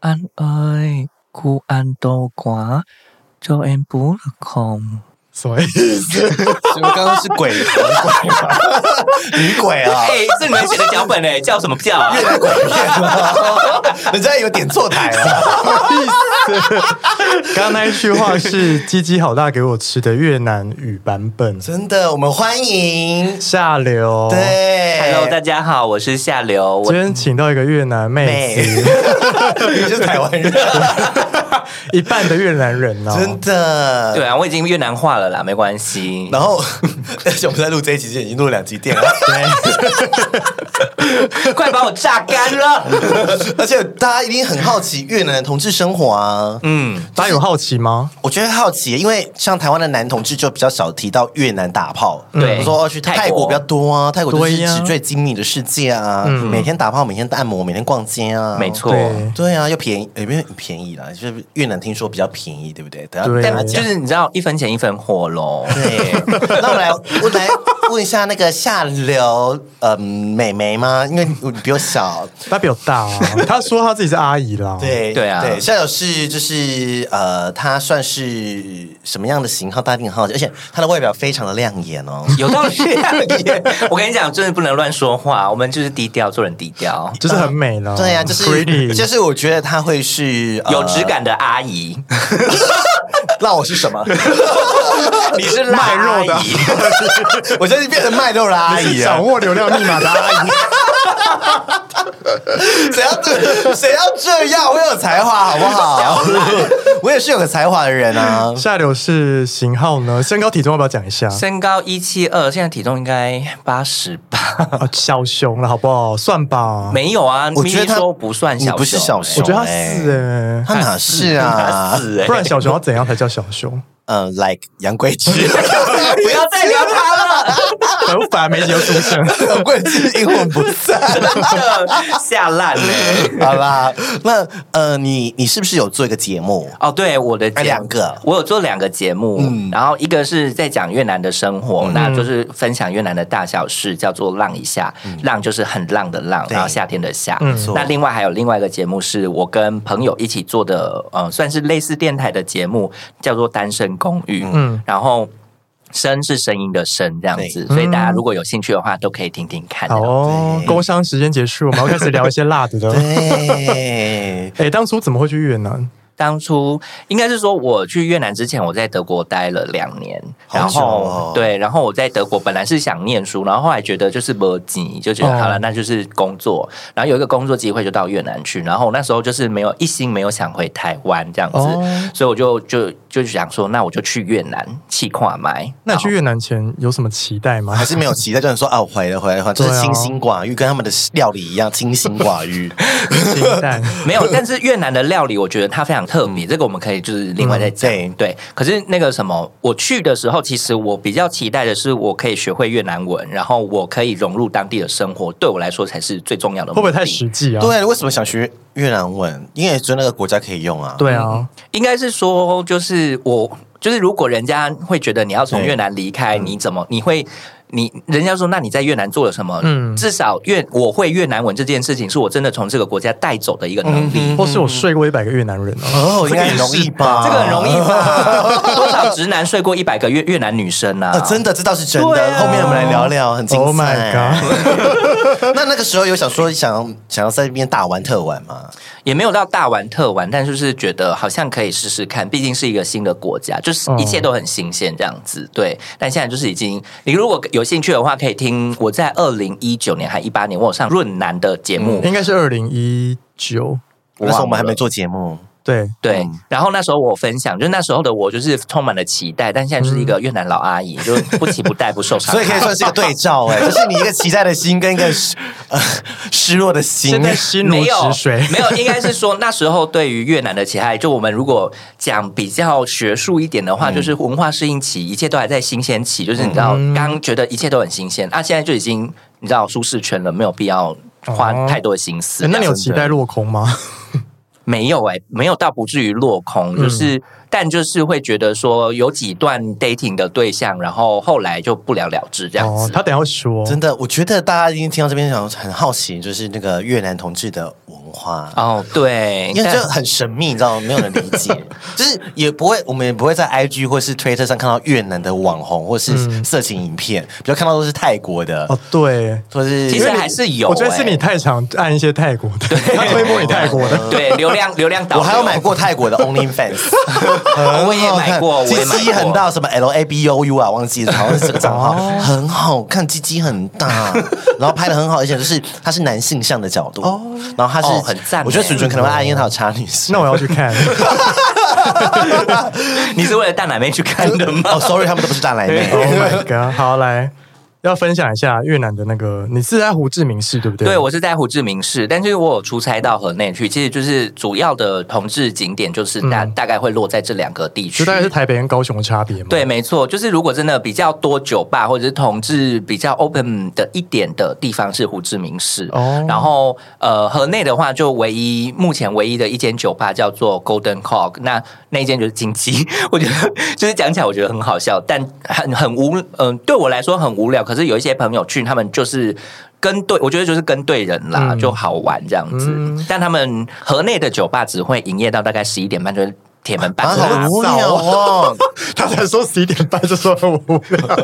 安爱孤安多寡，就安不了空。什么意思？什么？刚刚是鬼女鬼吗？女鬼啊！哎、这你们写的脚本 哎，叫什么叫啊？鬼片吗？人家有点错台 啊了。 刚刚那一句话是鸡鸡好大给我吃的越南语版本，真的，我们欢迎。下流。，对哦 Hello，大家好，我是夏流，我今天请到一个越南妹妹，子， 你就是台湾 人，哦一半的越南人哦。真的。对啊，我已经越南话了啦，没关系。然后， 而且我们在录这一集之前已经录了两集电了，快把我榨干了！ 而且大家一定很好奇越南的同志生活啊。嗯，大家有好奇吗？我觉得好奇，因为像台湾的男同志就比较少提到越南打炮，对我说哦去嗯泰泰国国比较多啊，泰国就是对呀纸醉金迷的世界啊，每天打炮，每天按摩，每天逛街啊，嗯没错。对，对啊，又便宜，也不是便宜啦，就是越南听说比较便宜，对不呃对？等下对等啊但下就讲。是你知道，一分钱一分货喽。对， 那我来，我来问一下那个下流呃美眉吗？因为我比我小，她比我大 啊。她说她自己是阿姨啦。，对对啊对，下流是就是呃，她算是什么样的型号？大家一定很好奇，而且她的外表非常的亮眼哦。 有道 理，我跟你讲，真的不能乱说话，我们就是低调，做人低调，就是很美啦。对呀、啊就是 pretty，就是，我觉得她会是、呃有质。感的阿姨，那我是什么？ 你是辣卖肉的阿姨我现在变成卖肉的阿你姨是啊掌！握流量密码的阿姨。谁要这谁要这样？我有才华好不好？我也是有个才华的人 啊。下流是型号呢？身高体重要不要讲一下？身高一七二，现在体重应该八十吧？啊，小熊了，好不好？算吧。，没有啊，我觉咪得咪他说不算你小熊，不是小熊我觉得他是哎、他哪是啊？是哎不然小熊要怎样才叫小熊？嗯，like 杨贵 枝，不要再聊他了，反正反而没几个出生。杨贵枝阴魂不散。吓烂 了。好啦，那呃，你你是不是有做一个节目？ 哦，对，我的节哎两个我有做两个节目，然后一个是在讲越南的生活，那就是分享越南的大小事，叫做“浪一下”，浪就是很浪的浪，对然后夏天的夏。嗯错那另外还有另外一个节目是我跟朋友一起做的，呃，算是类似电台的节目，叫做《单身公寓》。嗯嗯，然后。声是声音的声，这样子，所以大家如果有兴趣的话，都可以听听看。好哦，对工商时间结束，我们要开始聊一些辣的了。对，哎、当初怎么会去越南？当初应该是说，我去越南之前，我在德国待了两年，好然后、久哦对，然后我在德国本来是想念书，然后后来觉得就是没急，就觉得哦好了，那就是工作，然后有一个工作机会就到越南去，然后我那时候就是没有一心没有想回台湾这样子，哦所以我就就就想说，那我就去越南气跨埋，那你去然后越南前有什么期待吗还？是没有期待，就能说啊，我回来了回来了，就对是啊清心寡欲，跟他们的料理一样清心寡欲。 期待。没有，但是越南的料理我觉得它非常特别，这个我们可以就是另外再讲。嗯对，可是那个什么，我去的时候，其实我比较期待的是，我可以学会越南文，然后我可以融入当地的生活，对我来说才是最重要的会目的。不会太实际啊？对，为什么想学越南文？因为只有那个国家可以用 啊。对啊，应该是说，就是我，就是如果人家会觉得你要从越南离开，嗯你怎么你会？你人家说，那你在越南做了什么？嗯嗯，至少越我会越南文这件事情，是我真的从这个国家带走的一个能力。或是我睡过一百个越南人哦、哦，应该很容易吧？这个很容易吧？多少直男睡过一百个越越南女生啊？啊，真的，这倒是真的。对啊后面我们来聊聊，很精彩。 Oh my 啊 那那个时候有想说想要想要在那边大玩特玩吗？也没有到大玩特玩，但就是觉得好像可以试试看，毕竟是一个新的国家，就是嗯一切都很新鲜这样子。对，但现在就是已经，你如果有兴趣的话，可以听我在二零一九年还一八年，我有上润南的节目嗯 God，。应该是二零一九。那时候我们还没做节目，对，对嗯，然后那时候我分享，就是那时候的我就是充满了期待，但现在就是一个越南老阿姨，就不期不待，不受伤嗯 所害。以可以算是一个对照 哎、就是你一个期待的心跟一个失呃失落的心现。在心如没有，止水 没有，应该是说那时候对于越南的期待，就我们如果讲比较学术一点的嗯话，就是文化适应期，一切都还在新鲜期，就是你知道，刚觉得一切都很新鲜，啊，现在就已经你知道舒适圈了，没有必要花哦太多的心思。哎欸那你有这样子期待落空吗？没有哎、没有到不至于落嗯空，就是、但就是会觉得说有几段 dating 的对象，然后后来就不了了之这样哦子，。他等一下会说，真的，我觉得大家一定听到这边想很好奇，就是那个越南同志的文化，哦，对，因为但这很神秘，你知道吗？没有人理 解，就是也不会，我们也不会在 IG 或是 Twitter 上看到越南的网红或嗯是色情影片，比较看到都是泰国的，哦，对，或是其实还是有、我觉得是欸你。太常按一些泰国的，他推播你泰国 的，呃对流量流量导我流，还有买过泰国的 OnlyFans，我也买过我也鸡买过鸡很大，什么 L A B O U 啊，忘记了好像是这个账号，哦很好看，鸡鸡很 大，然后拍的很好，而且就是它是男性向的角度，然后它是哦很赞我觉得欸纯纯可能会暗恋他有差女生那。我要去 看。你是为了大奶妹去看的吗？哦，sorry，他们都不是欸大奶妹。 Oh my god！好，来要分享一下越南的那个，你是在胡志明市对不对？对，我是在胡志明市，但是我有出差到河内去，其实就是主要的同志景点，就是大、大概会落在这两个地区，嗯就大概是台北跟高雄的差别嘛。对，，没错，就是如果真的比较多酒吧或者是同志比较 open 的一点的地方是胡志明市，哦然后呃河内的话就唯一目前唯一的一间酒吧叫做 Golden Cock，那那一间就是金鸡， 我觉得就是讲起来我觉得很好笑，但很很无嗯、对我来说很无聊，可是有一些朋友去，他们就是。跟对，我觉得就是跟对人啦，嗯就好玩这样子。嗯但他们河内的酒吧只会营业到大概十一点半，就是铁门半啊，拉闸。好无聊 哦，他才说十一点半就说很无聊，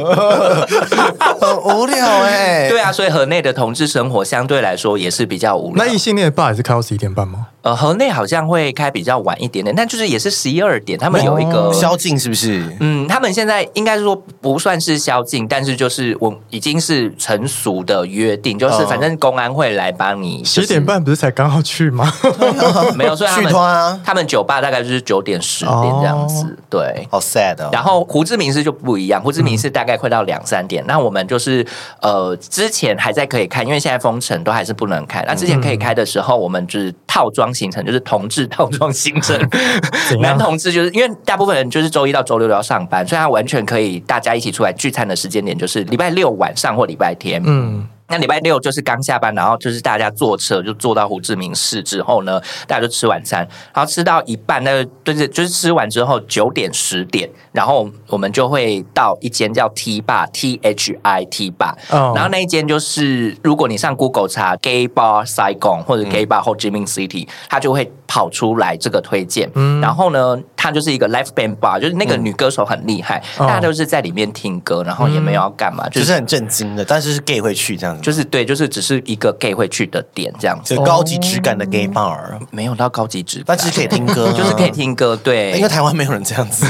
很无聊哎、对啊，所以河内的同志生活相对来说也是比较无聊 那。异性恋的吧也是开到十一点半吗？呃，河内好像会开比较晚一点点，但就是也是十一二点，他们有一个。哦宵禁是不是？嗯，他们现在应该是说不算是宵禁，但是就是我已经是成熟的约定，就是哦反正公安会来帮你、十一点半不是才刚好去吗？半没有，所以他续托啊们他们酒吧大概就是九点十点这样子，对。好 sad 哦。然后胡志明市就不一样，胡志明嗯市大概快到两三点。那我们就是呃，之前还在可以开，因为现在封城都还是不能开。那之前可以开的时候，我们就是套装行程，就是同志套装行程。 怎男样？同志就是因为大部分人就是周一到周六都要上班，所以他完全可以大家一起出来聚餐的时间点就是礼拜六晚上或礼拜天。嗯，那礼拜六就是刚下班，然后就是大家坐车就坐到胡志明市之后呢，大家就吃晚餐，然后吃到一半，那就就是就是吃完之后九点十点，然后我们就会到一间叫 T bar T H I T bar，、哦然后那一间就是如果你上 Google 查 Gay Bar Saigon 或者 Gay Bar Ho Chi Minh City，、它就会跑出来这个推荐。然后呢，它就是一个 live band bar，就是那个女歌手很厉害，哦大家都是在里面听歌，然后也没有要干嘛，就就是是很震惊的，但是是 gay 会去这样子，就是对，就是只是一个 gay 会去的点这样子，就高级质感的 gay bar，没有到高级值，但是可以听歌啊，就是可以听歌，对，因为台湾没有人这样子，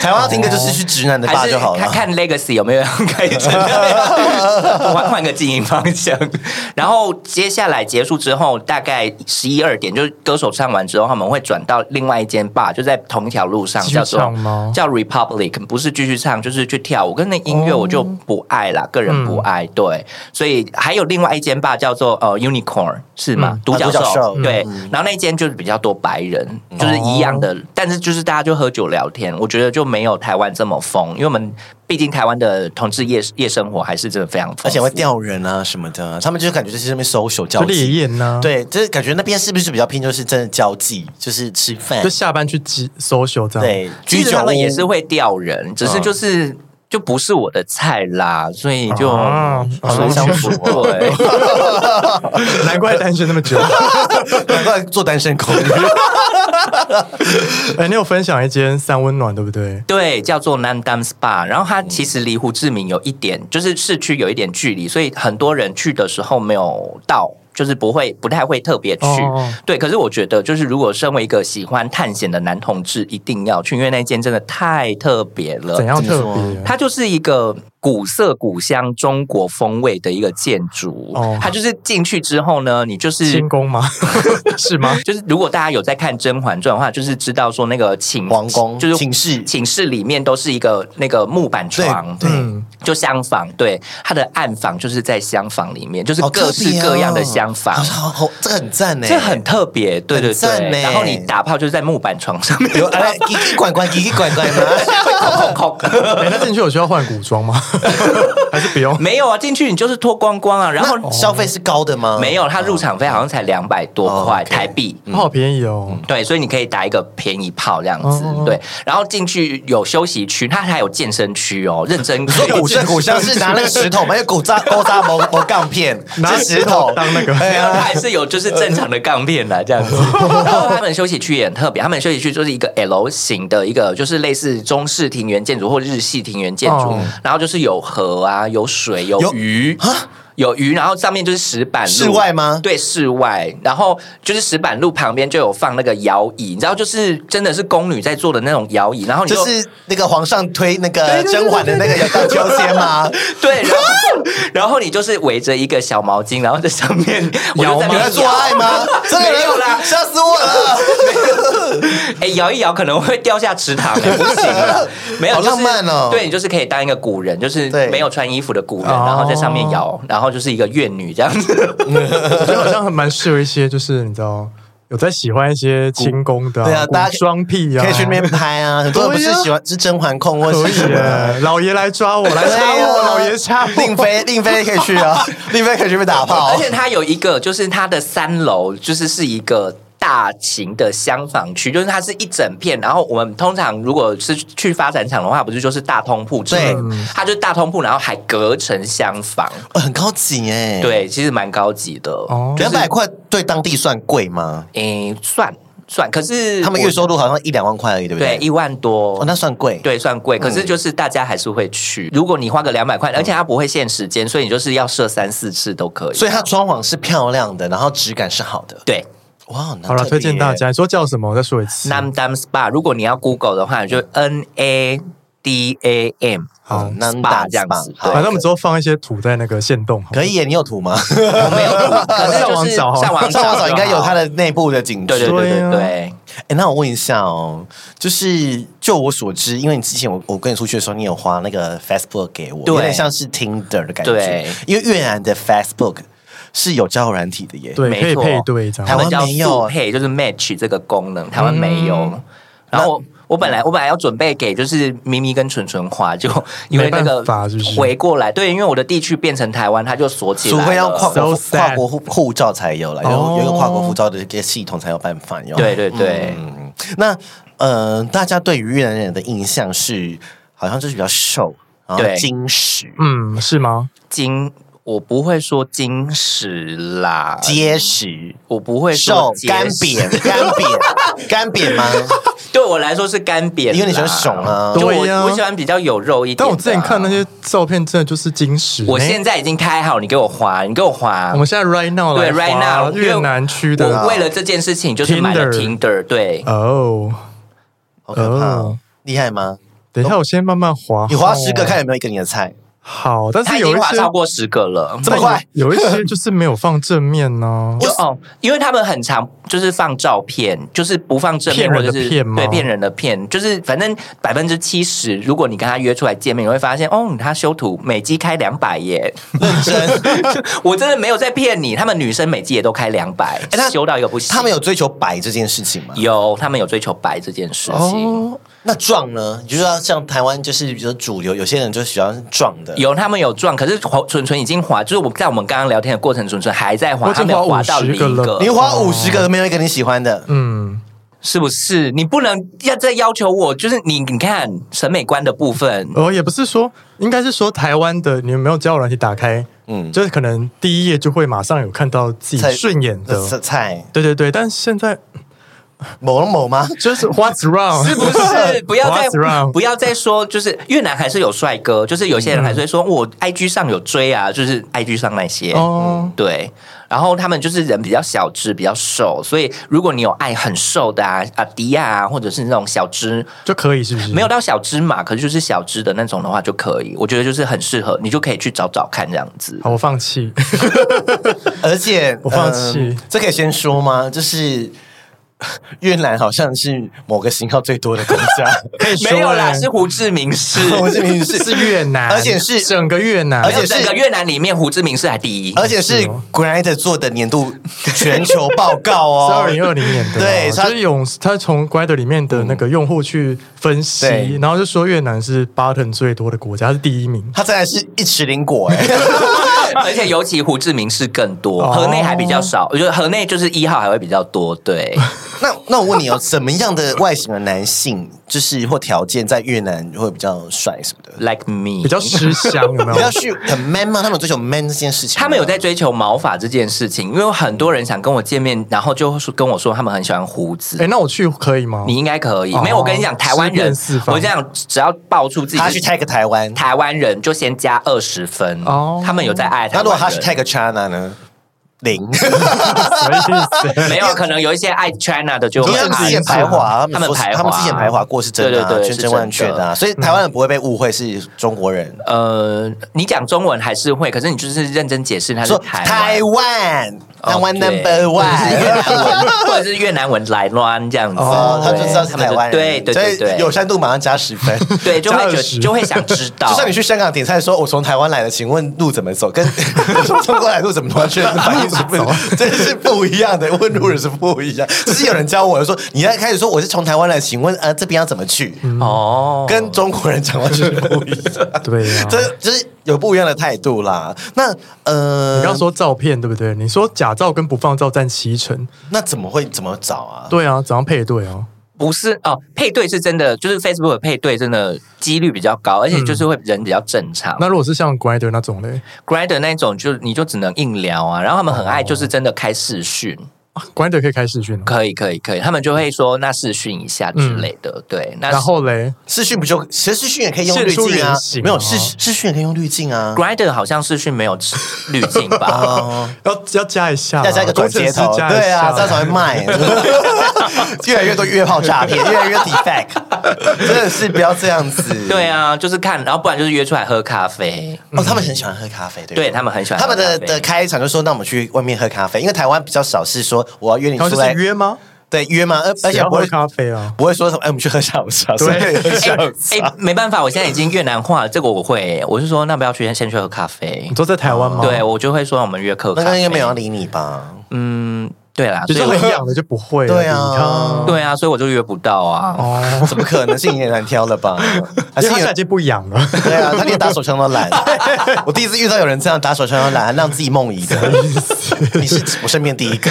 台湾要听歌就是去直男的吧还是就好了看。看 Legacy 有没有要开成 换换个经营方向。然后接下来结束之后，大概十一二点，就是歌手唱完之后，他们会转到另外一间 bar，就在同一条路上，继续叫做唱吗叫 Republic，不是继续唱，就是去跳舞。跟那音乐我就不爱啦，个人不爱。哦对，所以还有另外一间 bar 叫做呃 Unicorn 是吗嗯？独角啊独角兽兽对，然后那间就是比较多白人，嗯就是一样的，但是就是大家就喝酒聊天，我觉得就没有台湾这么疯，因为我们毕竟台湾的同志夜夜生活还是真的非常丰富，而且会吊人啊什么的，他们就是感觉就是那边 social 交就烈际，焰呢？，对，就是感觉那边是不是比较拼，就是真的交际，就是吃饭就，下班去集 social 这样。对，其居实酒他屋们也是会吊人，只是就是。就不是我的菜啦，所以就啊好像相处对，难怪单身那么 久。难怪做单身狗。哎、你有分享一间三温暖对不对？对，叫做 Namdam Spa，然后它其实离胡志明有一点，就是市区有一点距离，所以很多人去的时候没有到。就是不会，不太会特别去哦对。可是我觉得，就是如果身为一个喜欢探险的男同志，一定要去，因为那间真的太特别哦了。呃怎样特怎么别？它就是一个古色古香中国风味的一个建筑。哦它就是进去之后呢，你就是清宫吗？是吗？ 就是如果大家有在看《甄嬛传》的话，就是知道说那个寝皇宫就是寝室寝室里面都是一个那个木板床，对嗯，就厢房，对，它的暗房就是在厢房里面，就是好特各别式哦各样的厢房。好好好，这个很赞呢，这很特别，对对很赞对。呢然后你打炮就是在木板床上面，有 哎，叽叽管管，叽叽管管嘛。会空空空。哎，那进去有需要换古装吗？ 还是不用？没有啊，进去你就是脱光光啊，然后那消费是高的吗？没有，它入场费好像才两百多哦块，OK 台币。好便宜哦，对，所以你可以打一个便宜炮这样子，哦对。然后进去有休息区，它还有健身区哦，认真可以古是古像是拿那个石头嘛，因为古扎勾扎某某杠片，拿是石头当那个 哎没有，它呀，还是有就是正常的杠片啦，这 样子。然后他们的休息区也很特别，他们的休息区就是一个 L 型的一个，就是类似中式庭园建筑或日系庭园建筑，哦然后就是有河啊，有水，有啊有鱼有鱼，然后上面就是石板路室外吗对，室外，然后就是石板路旁边就有放那个摇椅，你知道，就是真的是宫女在坐的那种摇椅，然后你就就是那个皇上推那个甄嬛的那个有荡秋千 吗？ 对，然后然后你就是围着一个小毛巾，然后在上 面我就摇在吗那有边在做摇爱吗？ 这个没有啦人吓死我了！哎、摇一摇可能会掉下池塘、哎不行 啊，没有，好就是浪漫哦对你就是可以当一个古人，就是对没有穿衣服的古人，哦然后在上面摇，然后就是一个怨女这样子。我觉得好像还蛮适合一些，就是你知道有在喜欢一些清宫的，对啊大家古装癖啊，可以去那边拍 啊，很多人不是喜欢是甄嬛控或可以是啊什么？耶，老爷来抓我，来对杀我，啊老爷杀我，令妃，令妃可以 去啊，令妃可以去被打炮而。且它有一个，就是它的三楼就是是一个。大型的厢房区，就是它是一整片。然后我们通常如果是去发展场的话，不是就是大通铺之类的对，它就是大通铺，然后还隔成厢房。呃很高级哎、，对，其实蛮高级的。哦哦， 两百块对当地算贵吗？诶，算算，可是他们我月收入好像一两万块而已，对不对对？一万多，哦，那算贵。，对，算贵，可是就是大家还是会去。如果你花个两百块，而且它不会限时间，所以你就是要设三四次都可以。所以它装潢是漂亮的，然后质感是好的。对哇，那好了，特别推荐大家。你说叫什么？我再说一次。 ，Nam Dam Spa，如果你要 Google 的话，你就 N A D A M。嗯好，南 SPA 大这样子 SPA 对反正我们之后放一些图在那个线动，好了可以耶，你有图吗？我 没有，可是上网就是找好了上网上网就找应该有好它。的内部的景致。对对对对啊对对，哎，那我问一下哦，就是就我所知，因为你之前我我跟你出去的时候，你有花那个 Facebook 给我，对有点像是 Tinder 的感觉对。因为越南的 Facebook 是有交友软体的耶。对没可以错配对这样他们台湾叫没有速配，就是 match 这个功嗯能，台湾没有。然后我我本来我本来要准备给就是咪咪跟纯纯花，就因为那没办法是不个是回过来，对，因为我的地区变成台湾，它就锁起来除了，非要跨国 So sad 跨国护护照才有了，有哦有一个跨国护照的一个系统才有办法用。对对对，嗯，那呃，大家对于越南人的印象是好像就是比较瘦，然后对金石、嗯，是吗？金我不会说金石啦，结实、我不会瘦说、结干石瘪、干瘪、干 瘪吗？对我来说是干瘪啦，因为你喜欢熊啊就我对呀我喜欢比较有肉一点的啊。但我之前看那些照片，真的就是金石。我哎现在已经开好，你给我划，你给我划，我们现在 right now 对来划，right now 因为越南区我的为了这件事情就是买了 Tinder Tinder，对，哦，好可怕哦哦，厉害吗？等一下我先慢慢划，你划十个哦看有没有一个你的菜？好，但他是已有经一划些超过十个了。这么快？有一些就是没有放正面 呢。就哦，因为他们很常就是放照片，就是不放正面骗或人的者是骗吗对骗人的骗，就是反正百分之七十，如果你跟他约出来见面，你会发现哦，他修图美肌开两百耶，认真， 我真的没有在骗你，他们女生美肌也都开两百、哎那修到一个不行。他们有追求白这件事情吗？有，他们有追求白这件事情。哦，那壮呢？你就要像台湾，就是比如说主流，有些人就喜欢壮的，有，他们有撞，可是纯纯已经滑，就是我在我们刚刚聊天的过程，纯纯还在滑，我已他经没有滑滑到50零个了个，你花五十个都没有一个你喜欢的，哦嗯，是不是？你不能要再要求我，就是你你看审美观的部分，哦，也不是说，应该是说台湾的，你有没有交友软体打开？嗯，就是可能第一页就会马上有看到自己菜顺眼的，菜，对对对。但是现在某某吗？就是 What's wrong？是不 是？不要再 What's wrong？不要再说，就是越南还是有帅哥，就是有些人还是会说，我 IG 上有追啊，就是 IG 上那些。哦，对，然后他们就是人比较小只，比较瘦，所以如果你有爱很瘦的啊啊迪亚啊，或者是那种小只，就可以是不是？没有到小只嘛，可是就是小只的那种的话就可以，我觉得就是很适合，你就可以去找找看这样子。好，我放弃。而 且我放弃呃这可以先说吗？就是 越南好像是某个型号最多的国家，可以说 没有啦，欸是胡志明市。我这名 是是越南，而且是整个越南，而且是整个越南里面，胡志明市还第一。呃而且是 Granite 做的年度全球报告是 哦，二零二零年的嘛，对就它是用他从 Grider 里面的那个用户去分析对，然后就说越南是 button 最多的国家，是第一名。它真的是一池林果哎， 而且尤其胡志明市更多，哦河内还比较少。我觉得河内就是一号还会比较多，对， 那那我问你哦，什么样的外形的男性，就是或条件在越南会比较帅什么的？ like me 比较。吃香，有没比 较有？是很 man 吗？他们有追求 man 这件事情吗，他们有在追求毛发这件事情，因为有很多人想跟我见面，然后就说跟我说他们很喜欢胡子。哎，那我去可以吗？你应该可以，哦没有我跟你讲，台湾吃遍人四，方我这样只要爆出自己他去 tag 台湾，台湾人就先加二十分哦他们有在爱台那湾如果人。他去 tag China 呢？零， 什么意 思？没有，可能有一些爱 China 的就因会为他们之前爱排华，啊他们说是排华，他们之前排华过是真的啊，对对对就是真万确真的的嗯啊，所以台湾人不会被误会是中国人。呃，你讲中文还是会，可是你就是认真解释它是说台台湾，哦台湾对 number 或者是 one。越南文，或者是越南文来乱这样子，哦哦，他对就知道是台湾他人，们就对对所对以对，友善度马上加十分。对就加会二 觉十就会想知道，就像你去香港点菜，说我从台湾来的，请问路怎么走？跟 我从中国来路怎么走 啊完全反应是不，这是不一样的，问路人是不一样。只是有人教我说，你要开始说我是从台湾来，请问呃这边要怎么去？哦，跟中国人讲话就是不一样，嗯对啊 呀，这就是有不一样的态度啦。那呃，你刚说照片对不对？你说假照跟不放照占七成，那怎么会怎么找啊？对啊，怎样配对哦？不是哦，配对是真的，就是 Facebook 的配对真的几率比较高，嗯而且就是会人比较正常。那如果是像 Grider 那种嘞 Grinder 那种就你就只能硬聊啊，然后他们很爱就是真的开视讯， ，Grider 可以开视讯哦，可以可以可以，他们就会说那视讯一下嗯之类的，对，那然后嘞，视讯不就其实视讯也可以用视滤出镜啊人形，没有哦视视讯也可以用滤镜啊。 Grinder 好像视讯没有滤镜吧？ 哦，要要加一下啦，啊要加一个转接头工程师，加一下对啊，这样才会 卖。越来越多约炮诈骗，越 来越 defect，真 的是不要这样子。对啊，就是看，然后不然就是约出来喝咖啡。哦，他们很喜欢喝咖啡，对不对他们很喜欢他们的喝咖啡哎的开场就说，那我们去外面喝咖啡，因为台湾比较少是说我要约你然后出就是来，约吗？对约嘛，而而只且要不喝会咖啡啊，不会说什么，哎，我们去喝下午茶，对所以喝 哎下午哎、茶。没办法，我现在已经越南化了，这个我会。我是说，那不要去先先去喝咖啡你。都在台湾啊吗？对，，我就会说我们约客咖哦那啡。个应该没有人理你吧？嗯，对 啦，比所以较很我痒的就不会了，对啊你看对啊，所以我就约不到啊。哦，怎么可能？是你也难挑了吧？还因为他是你现在已经不痒了，对啊，他连打手枪都 懒。我第一次遇到有人这样打手枪都懒，还让自己梦遗的。你是我身边第一个。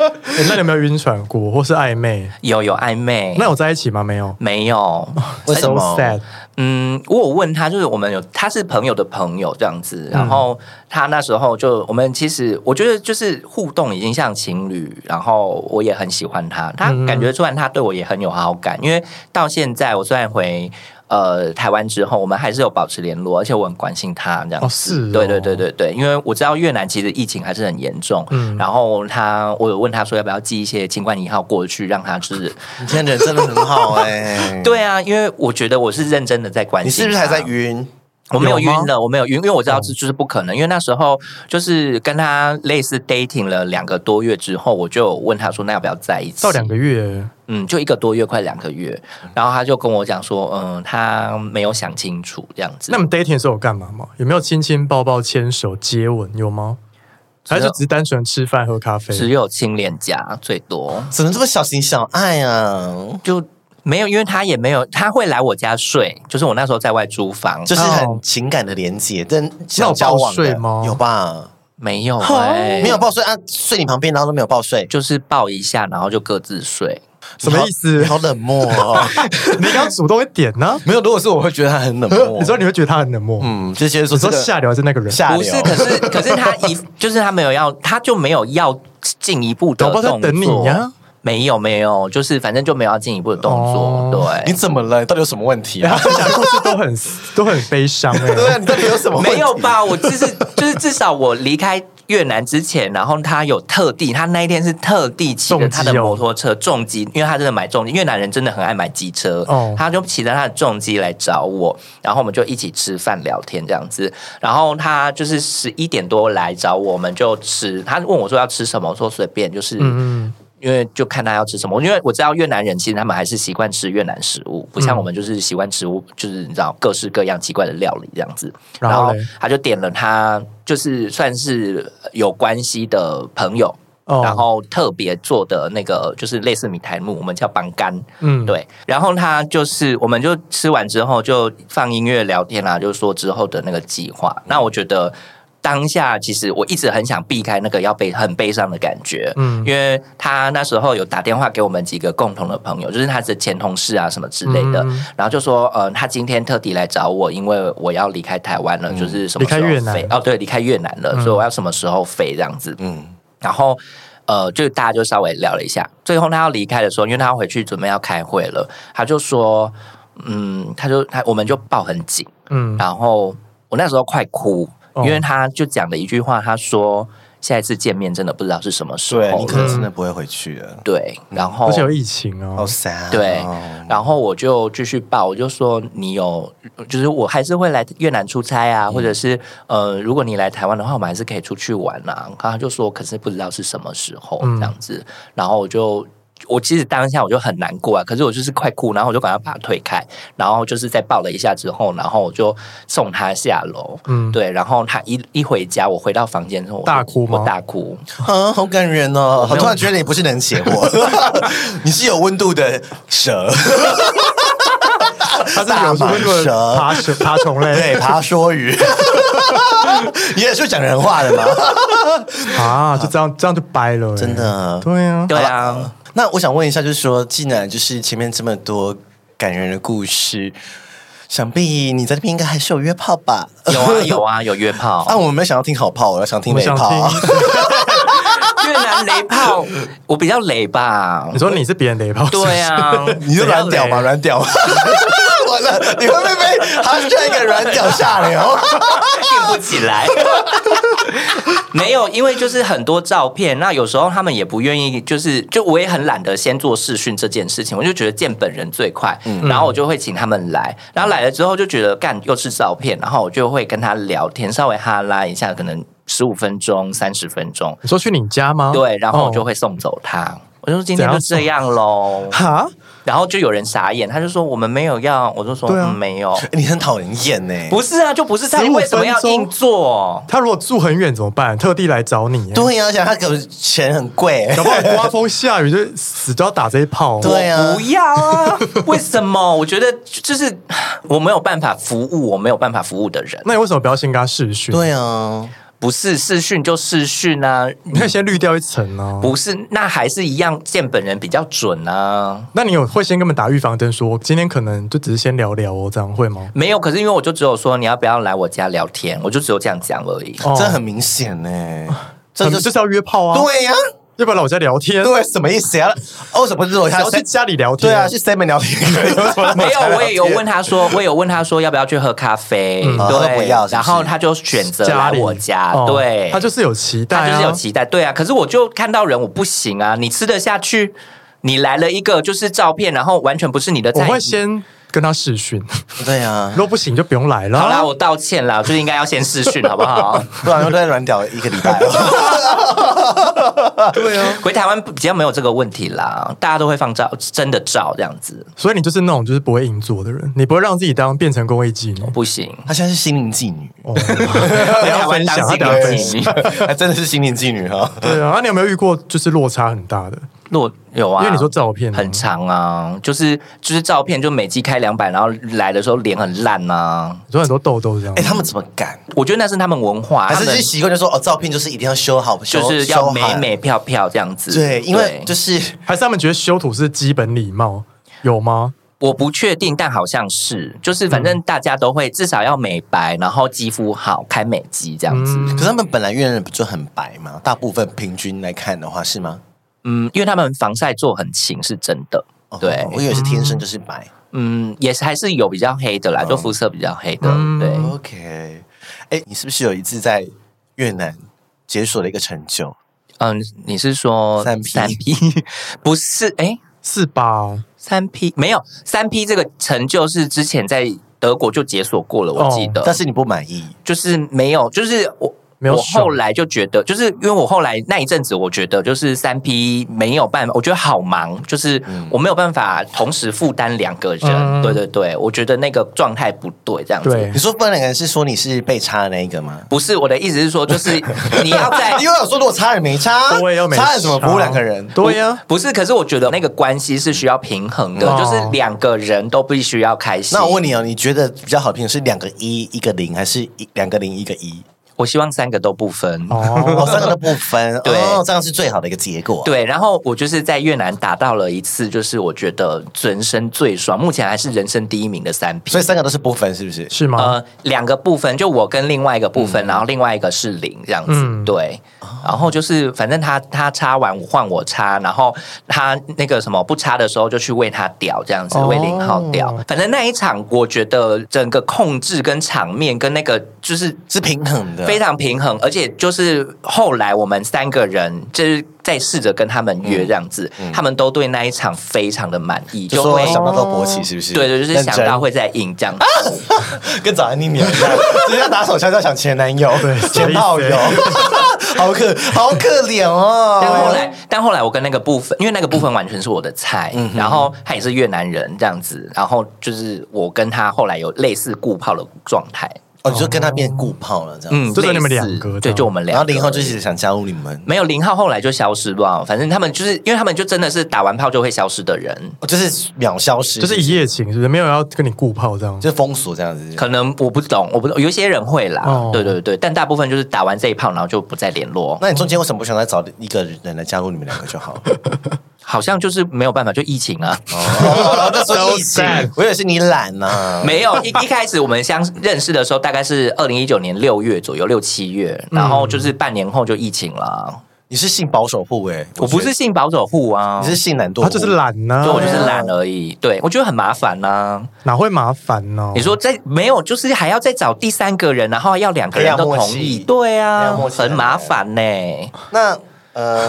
欸那你有没有晕船过，或是暧昧？有有暧昧？那有在一起吗？没有。没有。为什 So 么？ sad？嗯，我有问他，就是我们有他是朋友的朋友这样子，嗯然后他那时候就我们其实我觉得就是互动已经像情侣，然后我也很喜欢他，他嗯感觉出来他对我也很有好感，因为到现在我虽然回。呃，台湾之后，我们还是有保持联络，而且我很关心他这样子。哦是哦对对对对对，因为我知道越南其实疫情还是很严重，嗯然后他我有问他说要不要寄一些新冠一号过去，让他就是，你今天人真的很 好哎、对啊，因为我觉得我是认真的在关你心他。是不是还在晕？我没有有吗哦晕了，我没有晕，因为我知道这就是不可能。因为那时候就是跟他类似 dating 了两个多月之后，我就问他说，那要不要在一起？到两个月，嗯，就一个多月，快两个月。然后他就跟我讲说，嗯，他没有想清楚这样子。那么 dating 的时候有干嘛吗？有没有亲亲抱抱、牵手、接吻？有吗？还有是就只是单纯吃饭喝咖啡？只有亲脸颊最多，怎么这么小情小爱啊？哦就没有，因为他也没有，他会来我家睡，就是我那时候在外租房，就是哦很情感的连接，但那有想交报往税的吗有吧？没哦有、欸，没有，报税啊，睡你旁边，然后都没有报税，就是抱一下，然后就各自睡。什么意思你好？你好冷漠哦。 你刚主动一点呢？ 没有，如果是我会觉得他很冷漠。 你说你会觉得他很冷漠？嗯，就觉得说你这说个下流还是那个人？下流，不是，可是可是他一就是他没有要，他就没有要进一步的搞不动好作。在等你呀啊没有没有，就是反正就没有要进一步的动作。哦你对，怎么了？到底有什么问题然啊后？分享哎的故事都很都很悲伤哎、 对啊，你到底有什么问题？ 没有吧？我就是就是至少我离开越南之前，然后他有特地，他那一天是特地骑着他重的机哦摩托车重机，因为他真的买重机，越南人真的很爱买机车，哦他就骑着他的重机来找我，然后我们就一起吃饭聊天这样子。然后他就是十一点多来找我们，就吃。他问我说要吃什么，我说随便，就是嗯因为就看他要吃什么，因为我知道越南人其实他们还是习惯吃越南食物，不像嗯我们就是习惯吃物，就是你知道各式各样奇怪的料理这样子。然后嘞他就点了他就是算是有关系的朋友，哦然后特别做的那个就是类似米苔木，我们叫板干，嗯，对。然后他就是我们就吃完之后就放音乐聊天啦、就说之后的那个计划。那我觉得当下其实我一直很想避开那个要悲很悲伤的感觉，嗯因为他那时候有打电话给我们几个共同的朋友，就是他的前同事啊什么之类的，嗯然后就说，呃，他今天特地来找我，因为我要离开台湾了，就是什么时嗯候离开越飞南哦，对，离开越南了，嗯所以我要什么时候飞这样子，嗯，然后。呃，就大家就稍微聊了一下。最后他要离开的时候，因为他要回去准备要开会了，他就说，嗯，他就他我们就抱很紧，嗯，然后我那时候快哭，哦因为他就讲了一句话，他说下一次见面真的不知道是什么时候对了。你可能真的不会回去了，对，然后而且有疫情哦好，sad 哦。对，然后我就继续报，我就说你有，就是我还是会来越南出差啊，嗯或者是呃，如果你来台湾的话，我们还是可以出去玩啊。然后他就说，可是不知道是什么时候嗯这样子，然后我就。我其实当下我就很难过啊，可是我就是快哭，然后我就赶快把他推开，然后就是再抱了一下之后，然后我就送他下楼，嗯，对，然后他一一回家，我回到房间之后，我就大哭吗我大哭，啊，好感人哦！我突然觉得你不是冷血货， 你是有温度的蛇，它是有大马温度蛇的爬蛇爬虫类对，爬梭鱼， 你也是讲人话的吗？啊，就这样这样就掰了欸，真的对啊，对啊，那我想问一下，就是说，既然就是前面这么多感人的故事，想必你在那边应该还是有约炮吧？有啊有啊有约 炮，啊，我们没有想要听好炮，我要想听我雷想炮。听越南雷炮， 我比较雷吧你。说你是别人雷炮，对 啊， 你就软屌吧，怎样嘞软屌。 完了，你会不会被 hashtag 软屌下 流？硬不起来。 没有，因为就是很多照片，那有时候他们也不愿意，就是就我也很懒得先做试训这件事情，我就觉得见本人最快，然后我就会请他们来，然后来了之后就觉得干又是照片，然后我就会跟他聊天，稍微哈拉一下，可能十五分钟、三十分钟，你说去你家吗？哦对，然后我就会会送走他。我就说今天怎就样这样喽，哈，然后就有人傻眼，他就说我们没有要，我就说、对啊嗯、没有，你很讨人厌呢。不是啊，就不是他15为什么要分钟硬做？他如果住很远怎么办？特地来找你欸，对呀、而且他可钱很贵。搞不好刮风下雨就死都要打这一炮。哦对啊不要啊！为什么？我觉得就是我没有办法服务我没有办法服务的人，那你为什么不要先跟他试训？，对啊，不是视讯就视讯啊，你可以先滤掉一层啊呢。不是那还是一样见本人比较准啊。那你有会先跟他们打预防针，说今天可能就只是先聊聊哦，这样会吗？没有，可是因为我就只有说你要不要来我家聊天，我就只有这样讲而已。哦这很明显呢。这可就能哦就是是要约炮啊，，对呀、要不要来我家聊天？ 对，什么意思呀、哦，什么是我然想后去家里聊天。对啊，去 Seven 聊天可以。没哦没有，我也有问他说，我有问他说要不要去喝咖啡，嗯哦他对，说不要是不是然后他就选择来我家，哦对，他就是有期待、啊，他就是有期待，对啊。可是我就看到人，我不行啊，你吃得下去？你来了一个就是照片，然后完全不是你的我菜。会先跟他试训， 对啊呀、 如果不行就不用来了。好啦，我道歉啦，就是应该要先试训，好不好？不然又在软屌一个礼拜、 哦 对啊，回台湾比较没有这个问题啦，大家都会放照，真的照这样子所以你就是那种就是不会硬做的人，你不会让自己当变成公益妓女。不行。她现在是心灵妓女，哦，回要台湾分享当心 他等下分理妓女 还真的是心灵妓女哦哈。对啊，那你有没有遇过就是落差很大的？若有啊，因为你说照片啊很长啊，就是就是照片就每季开两百，然后来的时候脸很烂啊。你说很多痘痘这样 哎、，他们怎么敢？我觉得那是他们文化，还他是们是习惯就说哦，照片就是一定要修好，修就是要修好美美漂漂这样子。对，因为就是 还是他们觉得修图是基本礼貌？有吗？我不确定，但好像是，就是反嗯正大家都会至少要美白，然后肌肤好，开美肌这样子。嗯可是他们本来越南人不就很白吗？大部分平均来看的话是吗？嗯，因为他们防晒做很勤，是真的。对，哦我以为是天生就是白。嗯，也是还是有比较黑的嗯啦，就肤色比较黑的。嗯对， OK，哎，你是不是有一次在越南解锁了一个成就？嗯，你是说三 P 三 P 不是？哎，是吧？哦三 P 没有三 P 这个成就是之前在德国就解锁过了，我记得，哦但是你不满意，就是没有，就是我。没有我爽后来就觉得，就是因为我后来那一阵子，我觉得就是三 P 没有办法，我觉得好忙，就是我没有办法同时负担两个人。嗯对对对，我觉得那个状态不对，这样子对。你说不然两个人是说你是被插的那一个吗？不是我的意思是说，就是 你要在因为我说如果插人没插，对又没插人怎么服务两个人？对呀，不是，可是我觉得那个关系是需要平衡的，哦就是两个人都必须要开心。那我问你哦，你觉得比较好评是两个一一个零，还是一两个零一个一？我希望三个都不分。哦，哦，三个都不 分，对哦，这样是最好的一个结果。，对，然后我就是在越南打到了一次，就是我觉得人生最爽，目前还是人生第一名的三 P。所以三个都是不分，是不是？是吗？呃，两个部分，就我跟另外一个部分，然后另外一个是零这样子，嗯对。然后就是反正他他插完我换我插，然后他那个什么不插的时候就去为他屌这样子，哦为零号屌。反正那一场我觉得整个控制跟场面跟那个就是是平衡的，非常平衡，而且就是后来我们三个人就是在试着跟他们约这样子，他们都对那一场非常的满意，嗯就就说会想到都勃起，是不是？对对，就是认想真到会再硬这样子。跟早安妮 鸟一样，直接打手枪在想前男友、前炮友， 好可好可怜哦。但后来，但后来我跟那个部分，因为那个部分完全是我的菜，然后他也是越南人这样子，然后就是我跟他后来有类似固炮的状态，哦，你就跟他变固炮了这嗯样子，就在你们类似两个这对，样就我们两然个。后零号就是想加入你们，没有零号，后来就消失了。反正他们就是，因为他们就真的是打完炮就会消失的人，哦就是秒消失，就是一夜情，是不是？没有要跟你顾泡这样。就是封锁这样子。可能我不懂，我不懂，有一些人会啦，哦对对对，但大部分就是打完这一炮，然后就不再联络，那你中间为什么不想再找一个人来加入你们两个就好了？好像就是没有办法，就疫情啊。 哦，那时候疫情 So sad，我以为是你懒呐。没有一一开始我们相认识的时候，大概是二零一九年六月左右，六七月，然后就是半年后就疫情了。你是性保守户哎，我不觉是性保守户啊得，，你是啊性懒惰户，他就是懒呢、就我就是懒而已。对我觉得很麻烦呐、哪会麻烦呢、你说在没有，就是还要再找第三个人，然后要两个人都同哎培养默意，契对培啊养默，契很麻烦 呢、那呃。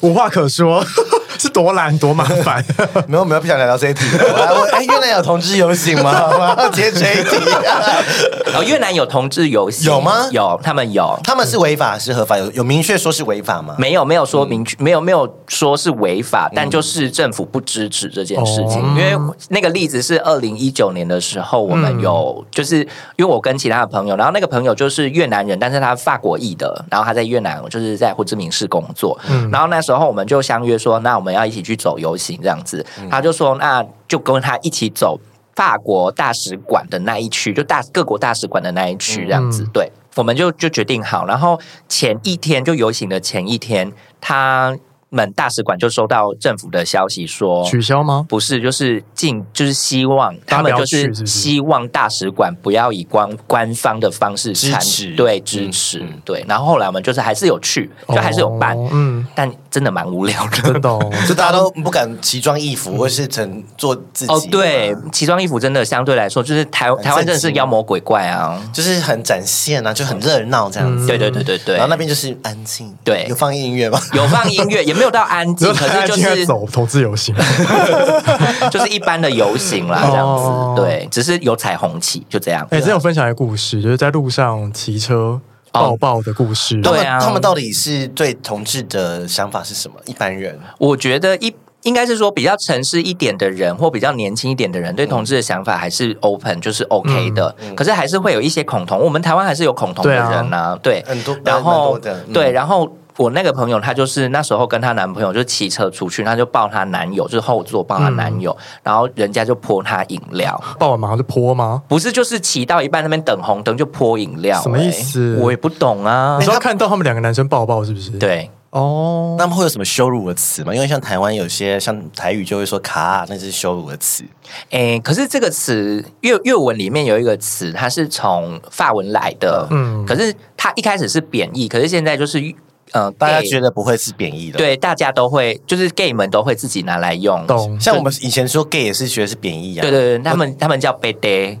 无话可说， 是多懒多麻烦。没有没有，不想聊聊这一题。我来问，哎，越南有同志游行吗？我要接这一题。 然后哦越南有同志游戏有吗有，他们有。他们是违法是合法，有有明确说是违法吗？没有没有说明确，没有没有说是违法，但就是政府不支持这件事情。哦因为那个例子是二零一九年的时候，我们有、就是因为我跟其他的朋友，然后那个朋友就是越南人，但是他法国裔的，然后他在越南就是在胡志明市工作，然后那时候我们就相约说，那我们要一起去走游行这样子，他就说那就跟他一起走法国大使馆的那一区，就大各国大使馆的那一区这样子，嗯对。我们就就决定好，然后前一天就游行的前一天，他们大使馆就收到政府的消息说， 取消吗？不是，就是进，就是希望大他家不们要就去是不是是希望大使馆不要以官官方的方式参支持对支持、对。然后后来我们就是还是有去，就还是有办，哦嗯，但真的蛮无聊的。懂。就大家都不敢奇装异服，或是成做自 己。哦，对，，奇装异服真的相对来说，就是台很嗯台湾真的震是惊妖魔鬼怪啊！就是很展现啊，就很热闹这样子。嗯对对对对对，然后那边就是安静，对有放音 乐吗？有放音乐，也没有到安 静，可是就今天是走投资游行， 就是一般的游行啦，这样子哦，对，只是有彩虹旗，就这样。哎、之前有分享一个故事，就是在路上骑车抱抱的故事。对啊他们他们到底是对同志的想法是什么？一般人我觉得一应该是说比较城市一点的人或比较年轻一点的人，嗯对同志的想法还是 open，就是 OK 的。可是还是会有一些恐同，我们台湾还是有恐同的嗯对啊人啊，对，很多然后蛮多的嗯对，然后。我那个朋友，她就是那时候跟她男朋友就骑车出去，她就抱她男友，就是后座抱她嗯男友，然后人家就泼她饮料，抱完马上就泼吗？不是就是骑到一半那边等红灯就泼饮料、什么意哎思我也不懂啊你。说看到他们两个男生抱抱是不是？，对，哦，那么会有什么羞辱的词吗？因为像台湾有些像台语就会说“卡啊”，那是羞辱的词。诶，可是这个词粤粤文里面有一个词，它是从法文来的，嗯可是它一开始是贬义，可是现在就是呃，大家 gay- 觉得不会是贬义的。，对，大家都会，就是 gay 们都会自己拿来用。懂像我们以前说 gay 也是觉得是贬义啊。对对对，他们他们叫 b a day，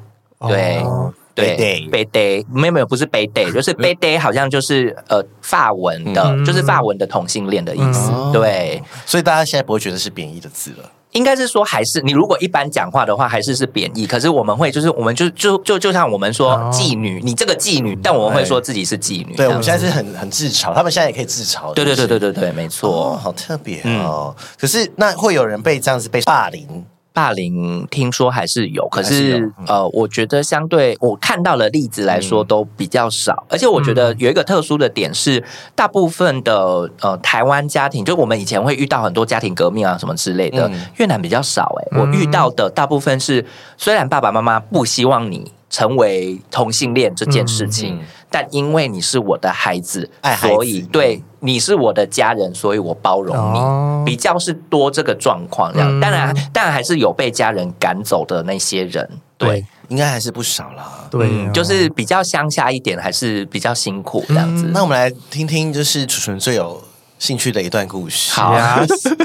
对哦对 Bede b a day，没有没有，不是 b a day，就是 b a day 好像就是呃法文的，嗯就是法文的同性恋的意思。嗯对，所以大家现在不会觉得是贬义的字了。应该是说还是你如果一般讲话的话，还是是贬义。可是我们会就是我们就就就就像我们说哦妓女，你这个妓女，但我们会说自己是妓女。这对，我样们子现在是很很自嘲，他们现在也可以自嘲。对对是对不对是对对，没哦，错。好特别哦。可是那会有人被这样子被霸凌，霸凌听说还是有，可嗯还是是有呃，我觉得相对我看到的例子来说嗯都比较少，而且我觉得有一个特殊的点是，大部分的呃台湾家庭，就我们以前会遇到很多家庭革命啊什么之类的，嗯越南比较少哎、欸我嗯遇到的大部分是，虽然爸爸妈妈不希望你成为同性恋这件事情，嗯嗯但因为你是我的孩子，爱孩子嗯所以对你是我的家人，所以我包容你。哦比较是多这个状况这样。嗯当然，当然还是有被家人赶走的那些人，对，嗯对应该还是不少啦。对，啊就是比较乡下一点，还是比较辛苦这样子。那我们来听听，就是楚纯最有兴趣的一段故事。好啊 Yes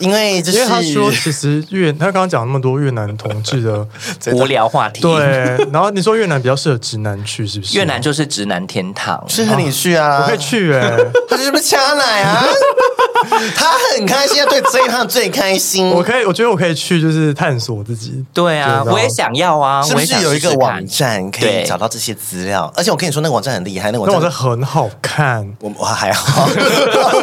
因为就是因为他说，其实越他刚刚讲那么多越南同志的， 无聊话题，对，然后你说越南比较适合直男去，是不是？越南就是直男天堂，适合你去啊，我可以，去哎、他就是不是掐 奶啊，他很开心，他对这一趟最开心。我可以，我觉得我可以去，就是探索自己。对啊，对我也想要啊，是不是有一个我也想试网试看？站可以对找到这些资料？而且我跟你说，那个网站很厉害，那个网那我站的很好看，我我还好，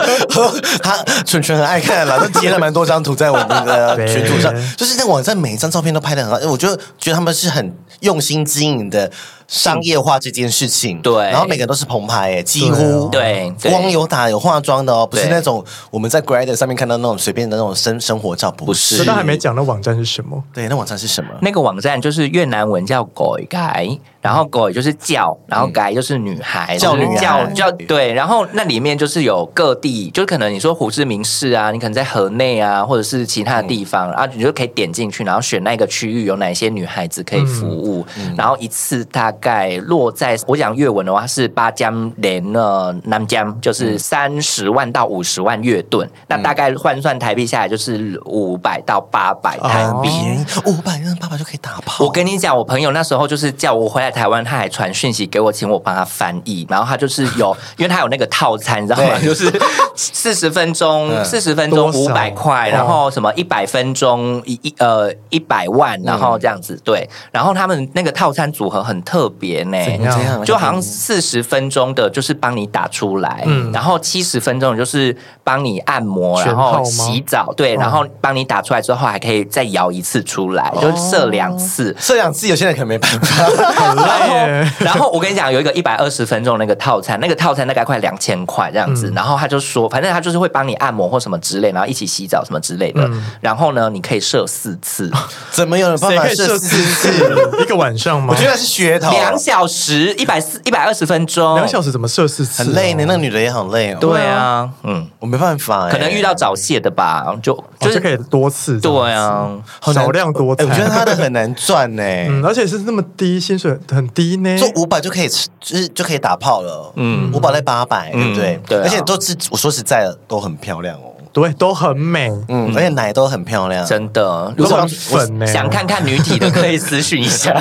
他蠢蠢很爱看啦，他截了蛮多张图在我们的对群组上，就是那个网站每一张照片都拍的很好，我就觉得他们是很用心经营的商业化这件事情。对然后每个人都是棚拍，哎，几对乎哦对对光有打有化妆的哦，不是对那种我们在 Grad 上面看到那种随便的那种生生活照，不是。可他还没讲那网站是什么。对，那网站是什么？那个网站就是越南文叫 “goi 改”，然后 “goi” 就是叫，然后“嗯改”就是女孩，叫就是女叫孩叫对。然后那里面就是有各地，就是可能你说胡志明市啊，你可能在河内啊，或者是其他的地嗯方，啊，你就可以点进去，然后选那个区域有哪些女孩子可以服务，嗯然后一次大概落在我讲越文的话是八江连呢南江，嗯就是三十万到五十万越盾，那大概换算台币下来就是五百到八百台哦币。便宜五百元，爸爸就可以打炮。我跟你讲，我朋友那时候就是叫我回来台湾，他还传讯息给我，请我帮他翻译。然后他就是有，因为他有那个套餐，你知道吗？对就是四十分钟，嗯四十分钟多五少百块，哦然后什么一百分钟一一呃一百嗯万，然后这样子对。然后他们那个套餐组合很特别呢，怎这样就好像四十分钟的，就是帮你打出来，嗯然后七十分钟就是帮你按摩，全然套吗嗯后洗澡，对，然后帮你打出来之后还可以再摇一次出来，哦就射两次。这两次有些人可能没办法。然后耶，然后我跟你讲，有一个一百二十分钟那个套餐，那个套餐大概快两千块这样嗯子。然后他就说，反正他就是会帮你按摩或什么之类，然后一起洗澡什么之类的。嗯哦然后呢，你可以射四 次，怎么有人办谁法可以射射四四次次？一个晚上吗？我觉得是噱头，两小时，一百四一百二十分钟，两小时怎么射四次、啊很累呢。那个女的也很累哦，对啊，嗯，我没办法欸，可能遇到早泄的吧，就就、就是是哎哦可以多次这样子。对啊，好难少量多欸餐。我觉得她的很难赚呢。嗯，而且是那么低薪水，很低呢。做五百就可以吃，就是就可以打炮了。嗯嗯，五百在八百，对不对嗯？对啊而且都是我说实在的，都很漂亮哦。对，都很美，嗯，而且奶都很漂亮。真的，如都果很粉呢。想看看女体的，可以私讯一下。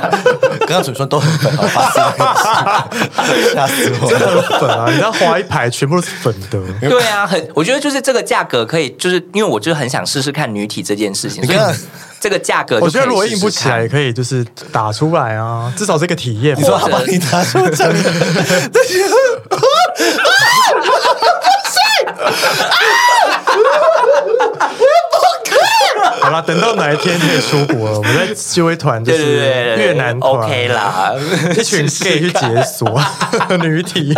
刚刚怎么说都很粉，好吧？吓死我真的了！很粉啊！你知道划一排全部都是粉的，对啊，很，我觉得就是这个价格可以，就是因为我就是很想试试看女体这件事情，你所以看这个价格我觉得如果硬应不起来，也可以就是打出来啊，至少这个体验嘛。你 说他帮你打出这样，这些好啦，等到哪一天可以出国了，我们再揪一团，就对是对对对对越南团 OK 啦，一群 gay 去解锁女体，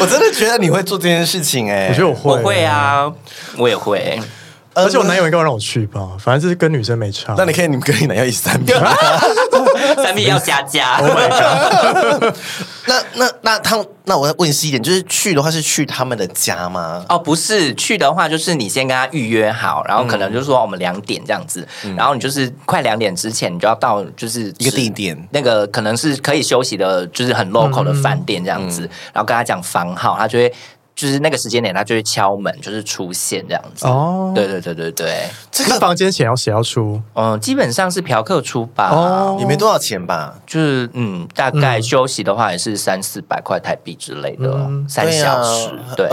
我真的觉得你会做这件事情哎。我觉得我会，我会，啊，我 也会。呃，而且我男友应该会让我去吧，反正就是跟女生没差。那你可以，你跟你男友一起三遍。三 B 要加加，那那那他们，那我要问细一点，就是去的话是去他们的家吗？哦，不是去的话，就是你先跟他预约好，然后可能就是说我们两点这样子，然后你就是快两点之前，你就要到就是一个地点那个可能是可以休息的，就是很 local 的饭店这样子，然后跟他讲房号，他就会。就是那个时间点，他就会敲门，就是出现这样子。哦对对对对对，这那个房间钱要谁要出？嗯，基本上是嫖客出吧。哦也啊没多少钱吧？就是嗯，大概休息的话也是三四百块台币之类的，嗯三对啊小时。对，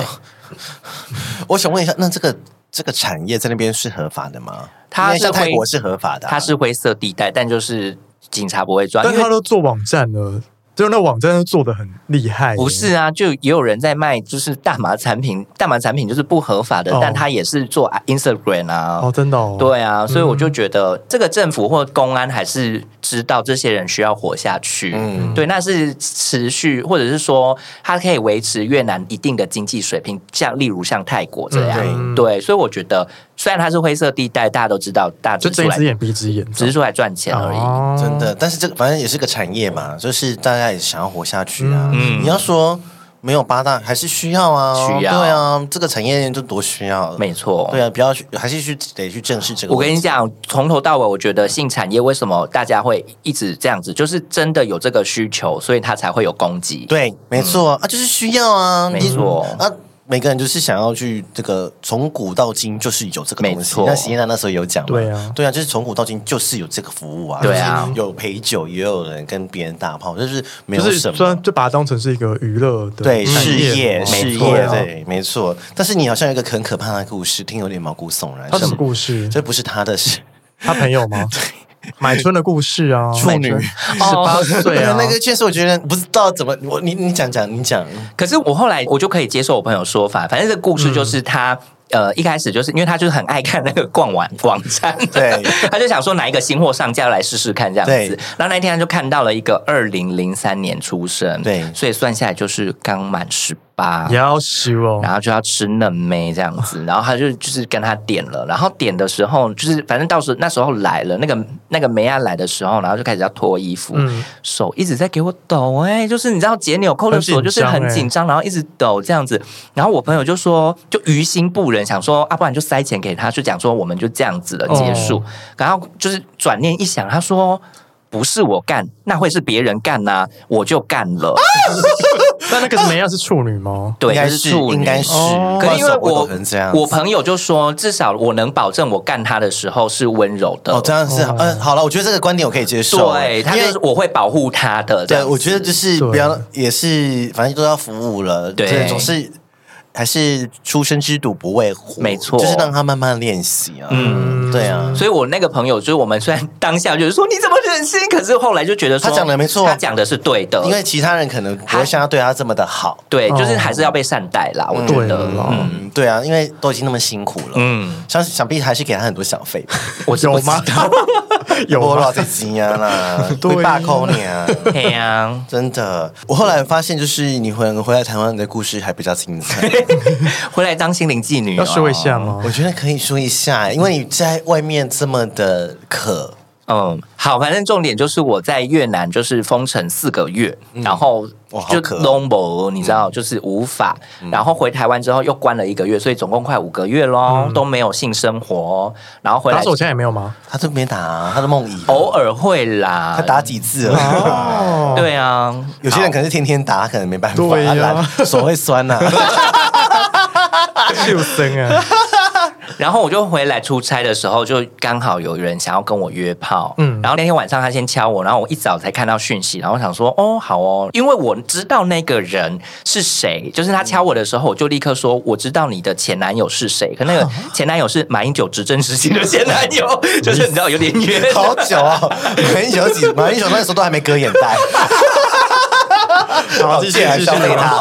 我想问一下，那这个这个产业在那边是合法的吗？它因是为像泰会国是合 法的啊、它是灰色地带，但就是警察不会抓，但啊因他为都做网站了，就那网站都做的很厉害耶。不是啊，就也有人在卖就是大麻产品，大麻产品就是不合法的，哦但他也是做 Instagram 啊。哦，真的哦。对啊，所以我就觉得这个政府或公安还是知道这些人需要活下去，嗯对，那是持续，或者是说它可以维持越南一定的经济水平，像例如像泰国这样，嗯对，所以我觉得虽然它是灰色地带，大家都知道，大家就只睁一是出只来眼闭一只眼，只是出来赚钱而已，哦真的，但是这个反正也是个产业嘛，就是大家也想要活下去啊。嗯你要说没有八大，还是需要啊，需要对啊，这个产业就多需要。没错，对啊，不要去，还是去得去正视这个我问题。跟你讲，从头到尾，我觉得性产业为什么大家会一直这样子，就是真的有这个需求，所以它才会有供给。对，没错、啊，就是需要啊，嗯没你错啊。每个人就是想要去这个从古到今就是有这个东没西。错那席娜那时候有讲嘛，对啊对啊，就是从古到今就是有这个服务啊，对啊就是有陪酒，也有人跟别人打炮，就是没就有是什虽么然。就把它当成是一个娱乐的对产事业，嘛事业，对啊对，没错。但是你好像有一个很可怕的故事，听有点毛骨悚然。他什是么故事？这不是他的事，他朋友 吗？买春的故事啊，处女哦十八岁啊，那个确实我觉得不知道怎么，我你你讲讲，你讲，可是我后来我就可以接受我朋友说法，反正这个故事就是他。呃，一开始就是因为他就是很爱看那个逛网网站，对， 他就想说哪一个新货上架来试试看这样对子。然后那天他就看到了一个二零零三年出生，对所以算下来就是刚满十八，也要修哦然。后就要吃嫩妹这样子，然后他就就是跟他点了，然后点的时候就是反正到时候那时候来了，那个那个梅亚来的时候，然后就开始要脱衣服，嗯手一直在给我抖、哎，就是你知道解纽扣的锁很紧张就是很紧张，然后一直抖这样子，然后我朋友就说就于心不忍，想说啊，不然就塞钱给他，就讲说我们就这样子了哦结束，然后就是转念一想，他说。不是我干，那会是别人干呐、我就干了。但那个梅亚是处女吗？对，应该就是是处女应该是，哦可是因为不然手我抖成这样，我朋友就说，至少我能保证我干他的时候是温柔的。哦，这样是，嗯、哦好了，我觉得这个观点我可以接受，对，他因就为是我会保护他的。这对，样子我觉得就是对不要，也是反正都要服务了，对这总是还是出生之犊不畏虎，没错就是让他慢慢练习啊，嗯，对啊，所以我那个朋友就是我们虽然当下就是说你怎么忍心，可是后来就觉得说他讲的没错他讲的是对的，因为其他人可能不会像他对他这么的好，对，哦就是还是要被善待啦。我觉对得，了啦，嗯，对啊，因为都已经那么辛苦了，嗯，想想必还是给他很多小 费吧，我是有不知吗道？有多吗少？在积压啦， 对啊会罢扣你啊。对呀，真的，我后来发现，就是你回回来台湾的故事还比较 精彩。回来当心灵妓女要哦说一下？吗我？觉得可以说一下，因为你在外面这么的渴，嗯，好，反正重点就是我在越南就是封城四个月，然后嗯哇好就可嗯 l o m b o 你知道，就是无法，然后回台湾之后又关了一个月，所以总共快五个月嗯咯，都没有性生活，然后回打来手枪也没有吗？他都没打、他的梦遗，偶尔会啦他，打几次了？哦，对啊， 有些人好可能是天天打，可能没办法，对呀他懒手会 酸呐、秀生啊， 然后我就回来出差的时候，就刚好有人想要跟我约炮，嗯嗯，然后那天晚上他先敲我，然后我一早才看到讯息，然后我想说，哦，好哦，因为我知道那个人是谁，就是他敲我的时候，我就立刻说，我知道你的前男友是谁，可那个前男友是马英九执政时期的前男友，就是你知道有点远，好久啊、马英九几，马英九那时候都还没割眼袋，好继续继续消费他。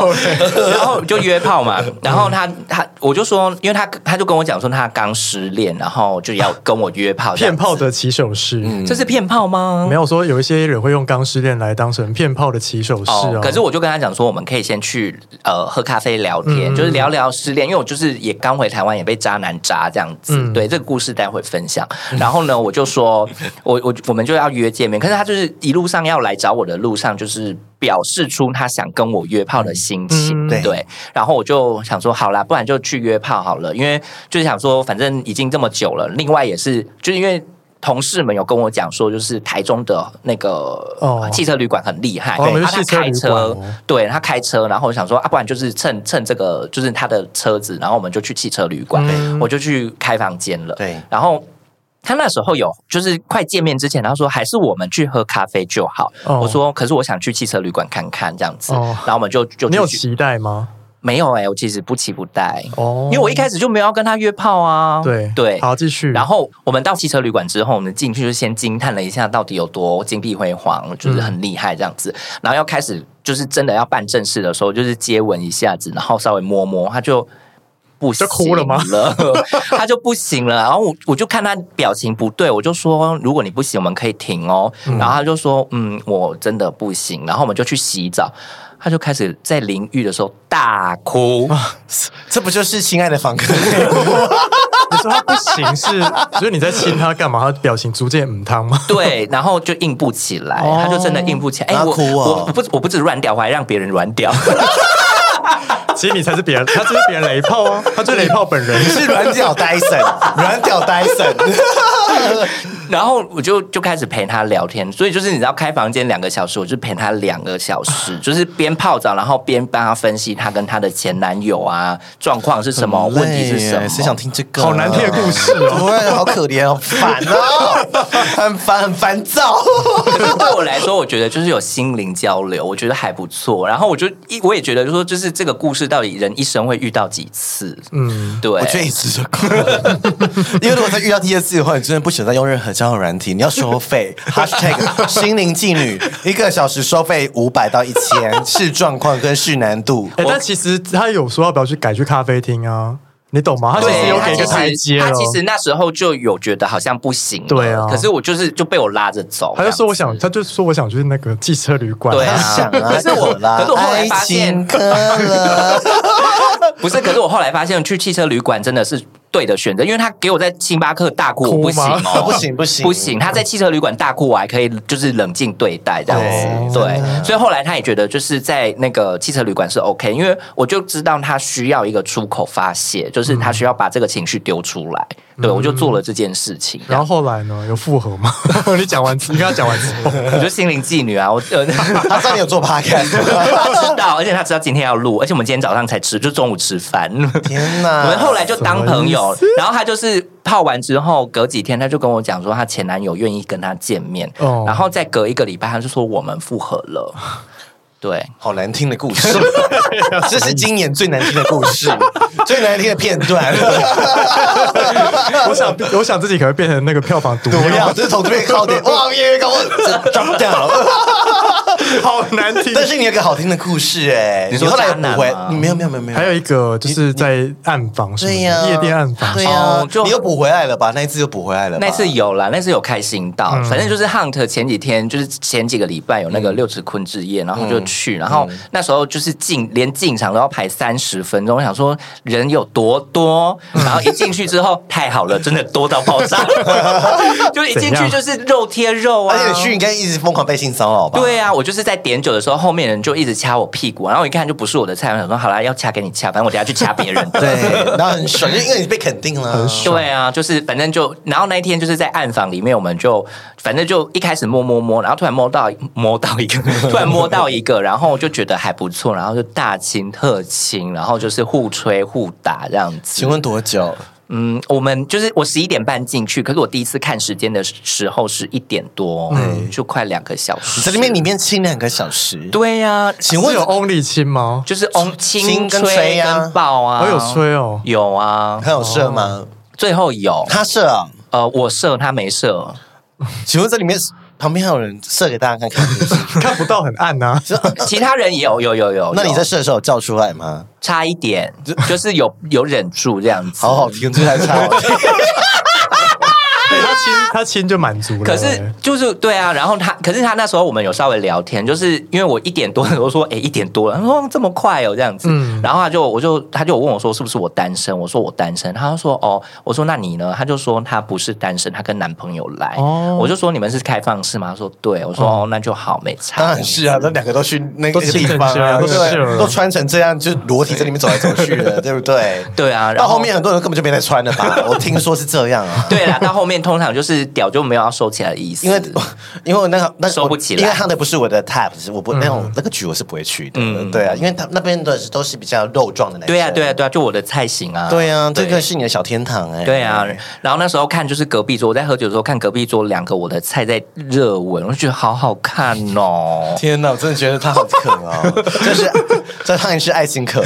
然后就约炮嘛，然后他他我就说，因为他他就跟我讲说他刚失恋，然后就要跟我约炮，骗炮，的起手式，这是骗炮吗？没有说有一些人会用刚失恋来当成骗炮的起手式啊。哦可是我就跟他讲说，我们可以先去呃喝咖啡聊嗯天，就是聊聊失恋，因为我就是也刚回台湾，也被渣男渣这样子。嗯对，这个故事待会分享。然后呢，我就说，我我 我们就要约见面，可是他就是一路上要来找我的路上，就是表示出他想跟我约炮的心情，嗯对。然后我就想说，好啦，不然就去约炮好了，因为就是想说，反正已经这么久了，另外也是就是因为。同事们有跟我讲说，就是台中的那哦个汽车旅馆很厉害，哦你们然是哎后他汽车开旅车，馆哦对他开车，然后我想说啊，不然就是趁趁这个就是他的车子，然后我们就去汽车旅馆，嗯我就去开房间了。对然后他那时候有就是快见面之前，他说还是我们去喝咖啡就好。哦我说可是我想去汽车旅馆看看这样子，哦然后我们就就你有去期待吗？没有哎、我其实不期不待，哦，因为我一开始就没有要跟他约炮啊。对对，好继续，然后我们到汽车旅馆之后，我们进去就先惊叹了一下到底有多金碧辉煌，就是很厉害这样子。然后要开始就是真的要办正事的时候，就是接吻一下子，然后稍微摸摸，他就。不行就哭了吗？ 他就不行了，然后我我就看他表情不对，我就说如果你不行，我们可以停哦。然后他就说嗯，我真的不行。然后我们就去洗澡，他就开始在淋浴的时候大哭。这不就是亲爱的房客？你说他不行是， 就是你在亲他干嘛？他表情逐渐嗯汤吗？ 对，然后就硬不起来，哦他就真的硬不起来。哎、他我哭哦我不我不止软屌，我还让别人软 屌。其实你才是别人，他就是别人雷炮啊，他就是雷炮本人你。 是软屌戴森， 软屌戴森。然后我就就开始陪他聊天，所以就是你知道开房间两个小时，我就陪他两个小时， 就是边泡澡，然后边帮他分析他跟他的前男友啊状况是什么，问题是什么。 谁想听这个？好难听的故事哦对，好可怜，好烦哦，很烦，很烦躁。可是对我来说，我觉得就是有心灵交流，我觉得还不错。然后我就一我也觉得说，就是这个故事到底人一生会遇到几次？嗯，对，我觉得一次就够了， 因为如果再遇到第二次的话，你真的不想再用任何交友软体，你要 收费。#hashtag 心灵妓女，一个小时收费五百到一 千，视状况跟视难度。哎、但其实他有说要不要去改去咖啡厅啊？你懂吗？他其对，实有给一其个实台阶哦他了。其实那时候就有觉得好像不行了，对啊可是我就是就被我拉着走，他就说我这样想，他就说我想去那个汽车旅馆。对啊想啊，可是我啦，可是我后来发现爱情 可乐，，子不是。可是我后来发现去汽车旅馆真的是。对的选择，因为他给我在星巴克大哭，我哭不行吗哦 不行不行 不行。他在汽车旅馆大哭，我还可以就是冷静对待这样子，哦对。所以后来他也觉得就是在那个汽车旅馆是 OK，因为我就知道他需要一个出口发泄，就是嗯他需要把这个情绪丢出来。对我就做了这件事情，然后后来呢？有复合吗？ 你讲完，你跟他讲完 之后，我就心灵妓女啊，我呃。他知道你有做 podcast。他知道，而且他知道今天要录，而且我们今天早上才吃，就中午吃饭。天我哪！们后来就当朋友，然后他就是泡完之后，隔几天他就跟我讲说，他前男友愿意跟他见面，哦然后再隔一个礼拜，他就说我们复合了。对，好难听的 故事，这是今年最难听的故事，最难听的片 段。我想，我想自己可能变成那个票房毒不要，药，这是从这边靠点， 哇，越来越高，我 drop down。好难 听。但是你有个好听的故事哎、你说后来有渣男补回吗，你没有没有没有没有，还有一个就是在暗房什么的，对呀、夜店暗房，对呀、哦就你又补回来了吧？那一次又补回来了吧，那次有啦，那次有开心到，嗯反正就是 Hunt 前几天，就是前几个礼拜有那嗯个六尺坤之夜，然后就去，然后那时候就是进连进场都要排三十分钟，我想说人有多 多，然后一进去之后太好了，真的多到爆炸，就一怎进去样就是肉贴肉啊，而且你去，你该一直疯狂被性骚扰吧？对啊，我就是在点酒的时候，后面人就一直掐我屁股，然后我一看就不是我的菜，我想说好啦，要掐给你掐，反正我等下去掐别人的。 对，然后很爽，就因为你被肯定了，很爽。对啊，就是反正就，然后那一天就是在暗房里面，我们就反正就一开始摸摸摸，然后突然摸到摸到一个， 突然摸到一个，然后就觉得还不错，然后就大亲特亲，然后就是互吹互打这样子。请问多久？嗯，我们就是我十一点半进去，可是我第一次看时间的时候是一点多，嗯，就快两个小时。你在里面里面亲两个小时，对呀、请问是有 only 亲吗？就是翁亲亲跟吹吹啊跟抱啊，我有吹哦有啊，他有射吗？最后有他射啊？呃，我射他没射，请问在里面旁边还有人射给大家 看啊看？看不到很暗呐、啊。其他人也有有有有。那你有在射的时候有叫出来吗？差一点，就就是有有忍住这样子。好好听，这才超 好听。对他亲，他亲就满足了、可是哎就是对啊，然后他，可是他那时候我们有稍微聊天，就是因为我一点多的时 候说，哎、一点多了，他说这么快哦这样子，嗯然后他就我就他就问我说是不是我单身，我说我单身，他就说哦，我说那你呢？他就说他不是单身，他跟男朋友来，哦我就说你们是开放式吗？他说对，我说哦那就好，没当差然。是啊，那两个都去那个都亲地成方这啊，样都是对，了都穿成这样，就裸体在里面走来走去的，对不对？对啊，然到后 后面很多人根本就没在穿了吧？我听说是这样啊。对啦，到后面通常就是屌就没有要收起来的意思，因为 因为我那个那个收不起来因为他那不是我的 type，是我不那种那个局我是不会去的，对啊，因为他那边的都是比较肉壮的男生，嗯对呀、对呀、啊对呀、就我的菜型啊，对啊，这个是你的小天堂哎，。对啊，然后那时候看就是隔壁桌，我在喝酒的时候看隔壁桌两个我的菜在热吻，我就觉得好好看哦 天哪，我真的觉得他好渴啊！ 这是这当然是爱情啊渴，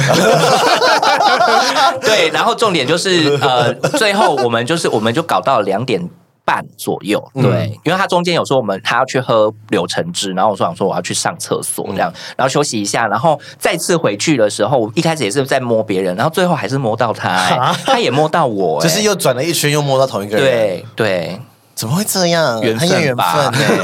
对，然后重点就是呃，最后我们就是我们就搞到两点。半左右，对，嗯因为他中间有时候我们他要去喝柳橙汁，然后我说想说我要去上厕所嗯这样，然后休息一下，然后再次回去的时候，我一开始也是在摸别人，然后最后还是摸到他、欸他也摸到我、欸，就是又转了一圈，又摸到同一个人，，对对，怎么会这样？缘分很有缘分吧 哎。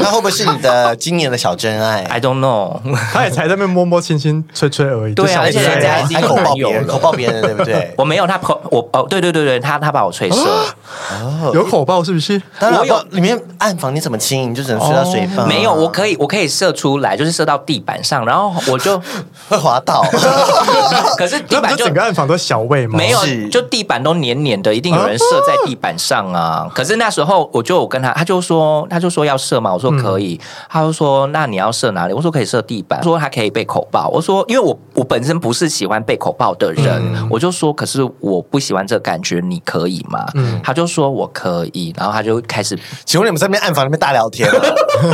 那会不会是你的今年的小真爱？ I don't know，他也才在那边摸摸亲亲吹吹而已。对啊就想而且人家已经哎还有口爆男别友人，了口爆别人，对不对？我没有，他口我哦，对对对对，他他把我吹射，有口爆是不是？当然，有里面暗房你怎么亲？你就只能睡到水房，没有，我可以我可以射出来，就是射到地板上，然后我就，会滑倒。可是地那不板是就整个暗房都小味吗？没有是，就地板都黏黏的，一定有人射在地板上啊。可是那时候我就有跟他，他就说他就说要射嘛，我说可以，他就说那你要射哪里？我说可以射地板，他说他可以被口爆，我说因为我我本身不是喜欢被口爆的人，我就说可是我不喜欢这感觉，你可以吗？他就说我可以，然后他就开始请问你们在那边暗房那边大聊 天啊，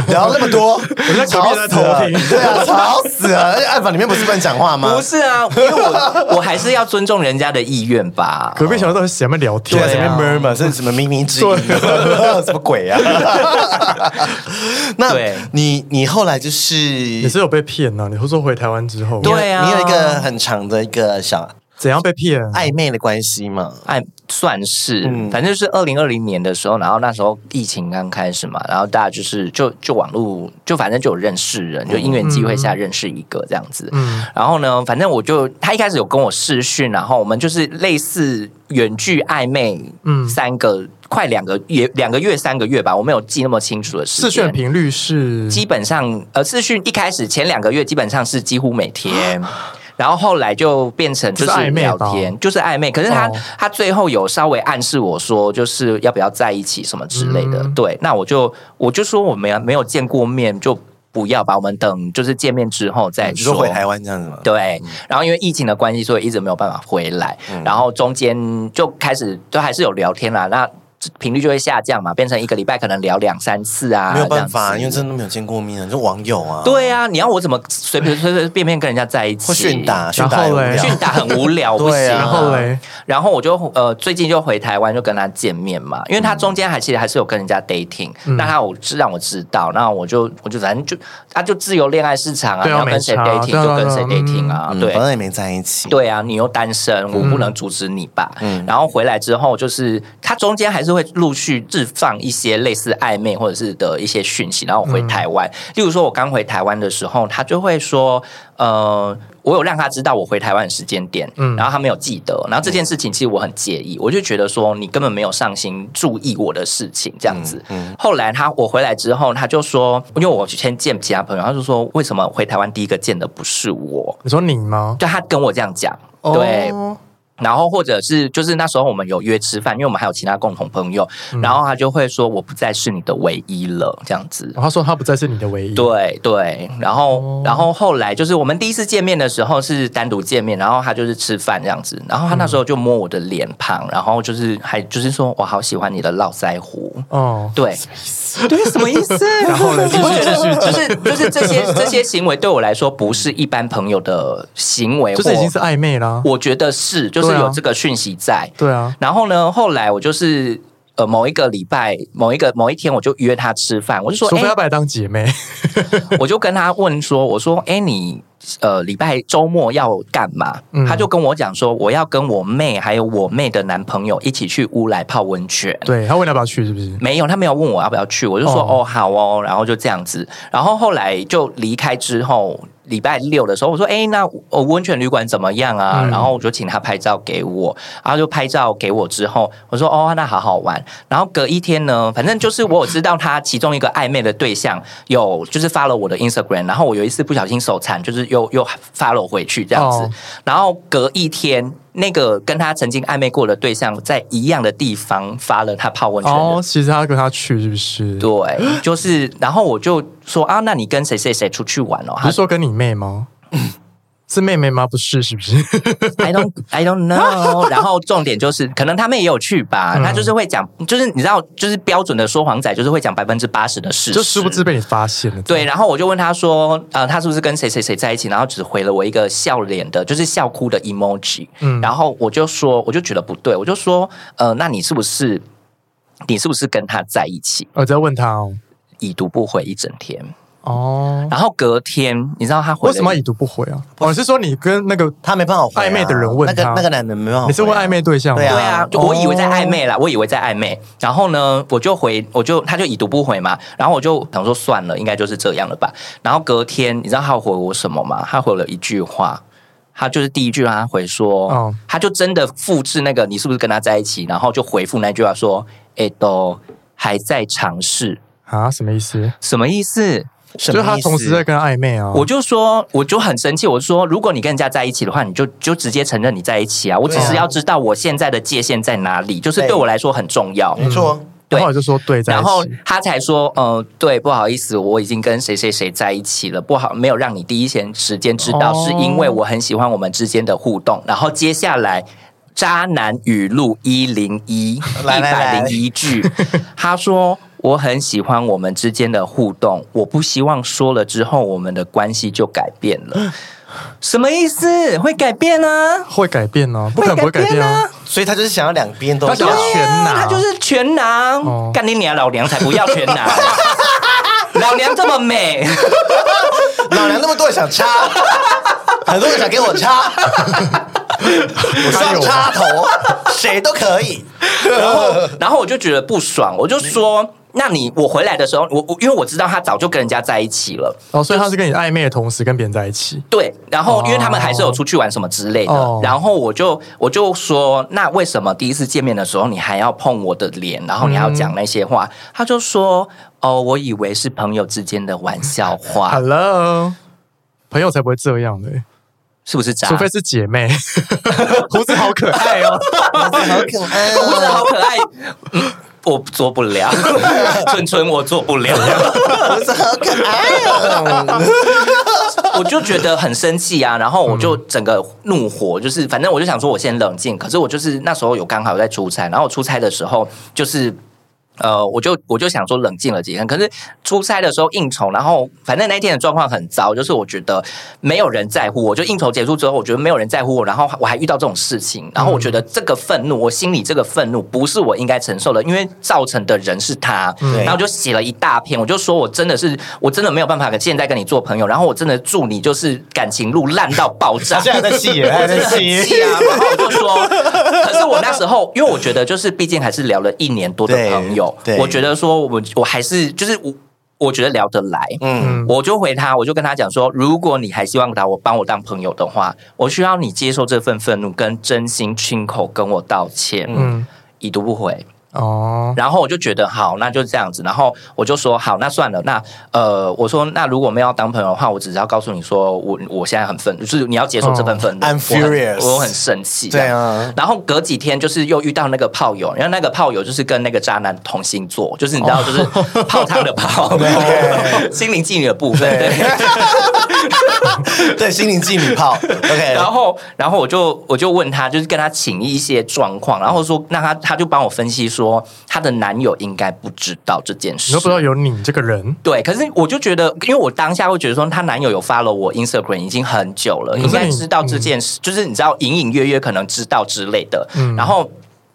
聊那么多，在隔吵壁死在偷了，听对啊，吵死了！而且暗房里面不是乱讲话吗不？是啊，因为我 我还是要尊重人家的意愿吧。隔壁小时候喜欢聊对天啊，对什啊么 murmur 是什么靡靡之 音，什么鬼啊？那对你你后来就是你是有被骗啊呐、你会说回台湾之后，对啊你有一个很长的一个小怎样被骗？暧昧的关系嘛？哎，算是，嗯反正就是二零二零年的时候，然后那时候疫情刚开始嘛，然后大家就是就就网络，就反正就有认识嗯人，就因缘机会下认识一个这样子。嗯，然后呢，反正我就他一开始有跟我视讯，然后我们就是类似远距暧昧，嗯嗯，三个快两个也两个月三个月吧，我没有记那么清楚的时试间。选频率是基本上呃，视讯一开始前两个月基本上是几乎每天。然后后来就变成就这是是暧昧聊吧天，就是暧昧。可是他、哦他最后有稍微暗示我说，就是要不要在一起什么之类的。嗯对，那我就我就说我们没有见过面，就不要吧。我们等就是见面之后再嗯你说。说回台湾这样子吗？对，然后因为疫情的关系，所以一直没有办法回来。嗯然后中间就开始都还是有聊天啦，那频率就会下降嘛，变成一个礼拜可能聊两三次啊。没有办法，这样子因为真的没有见过面啊，就网友啊，，对啊，你要我怎么随便 随随便便跟人家在一起？或训打，训然后打也无嘞聊 训打很无聊，不对行、啊然后嘞，然后我就呃最近就回台湾，就跟他见面嘛，因为他中间还其实还是有跟人家 dating，、那嗯他我知让我知道，那我就我就反正就他就自由恋爱市场啊，对啊你要跟谁没差 dating 对啊就跟对谁啊 dating 啊，嗯对。反正也没在一起，对啊，你又单身，我不能阻止你吧。然后回来之后，就是他中间还是会陆续置放一些类似暧昧或者是的一些讯息。然后我回台湾，例如说我刚回台湾的时候，他就会说，呃。我有让他知道我回台湾的时间点，然后他没有记得，然后这件事情其实我很介意，我就觉得说你根本没有上心注意我的事情这样子。后来他我回来之后，他就说，因为我先见其他朋友，他就说为什么回台湾第一个见的不是我？你说你吗？就他跟我这样讲，哦对。然后或者是就是那时候我们有约吃饭，因为我们还有其他共同朋友，嗯然后他就会说我不再是你的唯一了，这样子。然后他说他不再是你的唯一，对对，然后、哦然后后来就是我们第一次见面的时候是单独见面，然后他就是吃饭这样子，然后他那时候就摸我的脸庞，然后就是还就是说我好喜欢你的络腮胡，哦，对，对，什么意思？ 然后呢继续就是就是这些这些行为对我来说不是一般朋友的行为，就是已经是或暧昧啦。我觉得是，就是对啊有这个讯息在。对啊，然后呢，后来我就是呃某一个礼拜某一个某一天，我就约他吃饭，我就说，除非哎要，把你当姐妹， 我就跟他问说，我说，哎，你呃礼拜周末要干嘛？嗯他就跟我讲说，我要跟我妹还有我妹的男朋友一起去乌来泡温泉。对他问你要不要去，是不是？没有，他没有问我要不要去，我就说哦哦好哦，然后就这样子。然后后来就离开之后，礼拜六的时候，我说哎，那呃温泉旅馆怎么样啊？嗯然后我就请他拍照给我，然后就拍照给我之后，我说哦，那好好玩。然后隔一天呢，反正就是我有知道他其中一个暧昧的对象有就是发了我的 Instagram，然后我有一次不小心手残，就是又又发了回去这样子。哦然后隔一天。那个跟他曾经暧昧过的对象在一样的地方发了他泡温泉的哦，其实他跟他去是不是？对，就是，然后我就说啊，那你跟谁谁谁出去玩哦？不他是说跟你妹 吗？是妹妹吗？不是，是不是？I don't I don't know。然后重点就是，可能他们也有去嗯吧，他就是会讲，就是你知道，就是标准的说谎仔，就是会讲百分之八十的事实，就殊不知被你发现了。对，，然后我就问他说，呃，他是不是跟谁谁谁在一起？然后只回了我一个笑脸的，就是笑哭的 emoji。嗯然后我就说，我就觉得不对，我就说，呃，那你是不是，你是不是跟他在一起，我在问他哦。已读不回一整天？哦，然后隔天，你知道他回为了什么要已读不回啊？我是说你跟那个哦他没办法回啊暧昧的人问那个他那个男的没办法，你是问暧昧？对象吗？对啊对啊，就哦我以为在暧昧啦，我以为在暧昧。然后呢，我就回，我就他就已读不回嘛。然后我就想说算了，应该就是这样了吧。然后隔天，你知道他回我什么吗？他回了一句话，他就是第一句让他回说，哦他就真的复制那个你是不是跟他在一起，然后就回复那句话说，哎、都还在尝试，啊，什么意思？什么意思？什就么是他意思同时在跟他暧昧啊。我就说，我就很生气，我就说，如果你跟人家在一起的话，你就就直接承认你在一起啊。我只是对啊要知道我现在的界限在哪里，就是对对我来说很重要。没错，对然后我就说对，在一然起后他才说，呃，对，不好意思，我已经跟谁谁谁在一起了，不好，没有让你第一时间时间知道，哦是因为我很喜欢我们之间的互动。然后接下来。渣男语录一零一，一来来百来零 一句，他说：“我很喜欢我们之间的互动，我不希望说了之后我们的关系就改变了。”什么意思？会改变啊？会改变呢、不可能不会改变啊。所以他就是想要两边都他要想要全拿，啊他就是全拿哦，干你娘！老娘才不要全 拿，老娘这么美，老娘那么多人 想插，很多人想给我插，我上啊插头，谁都可以。然后然后我就觉得不爽，我就说。那你我回来的时候，我我因为我知道他早就跟人家在一起了，哦，所以他是跟你暧昧的同时跟别人在一起。对，然后哦因为他们还是有出去玩什么之类的，哦然后我就我就说，那为什么第一次见面的时候你还要碰我的脸，然后你还要讲那些话？嗯他就说，哦，我以为是朋友之间的玩笑话， Hello，朋友才不会这样的、是不是渣？除非是姐妹。 胡子好可爱哦，好可爱胡子哦，好可爱，嗯我做不了， 纯纯我做不了，胡子啊好可爱哦。我就觉得很生气啊，然后我就整个怒嗯火，就是反正我就想说我先冷静，可是我就是那时候有刚好在出差，然后我出差的时候就是。呃，我就我就想说冷静了几天，可是出差的时候应酬，然后反正那天的状况很糟，就是我觉得没有人在乎我，就应酬结束之后，我觉得没有人在乎我，然后我还遇到这种事嗯情，然后我觉得这个愤怒，我心里这个愤怒不是我应该承受的，因为造成的人是他，嗯对然后我就写了一大篇，我就说我真的是我真的没有办法跟现在跟你做朋友，然后我真的祝你就是感情路烂到爆炸，他 现在在戏耶，他真在的很戏气啊！然后我就说，可是我那时候，因为我觉得就是，毕竟还是聊了一年多的朋友，对对我觉得说我我还是就是我。我觉得聊得来，嗯，我就回他，我就跟他讲说，如果你还希望把我帮我当朋友的话，我需要你接受这份愤怒，跟真心亲口跟我道歉，嗯，已读不回。哦，然后我就觉得好，那就这样子。然后我就说好，那算了。那呃，我说那如果没有要当朋友的话，我只是要告诉你说，我我现在很愤， 就是你要接受这份愤怒。哦 I'm 我很 furious 我很生气。对啊然后隔几天就是又遇到那个炮友，然后那个炮友就是跟那个渣男同星座，就是你知道，就是哦泡汤的 泡，心灵妓女的部分。对对。对，心灵妓女 炮，OK，然后，然后我就我就问他，就是跟他请一些状况，然后说，那他他就帮我分析说，她的男友应该不知道这件事。你都不知道有你这个人，对，可是我就觉得，因为我当下会觉得说，她男友有 follow 我 Instagram 已经很久了，嗯可是应该你知道这件事，就是你知道隐隐约约可能知道之类的。嗯然后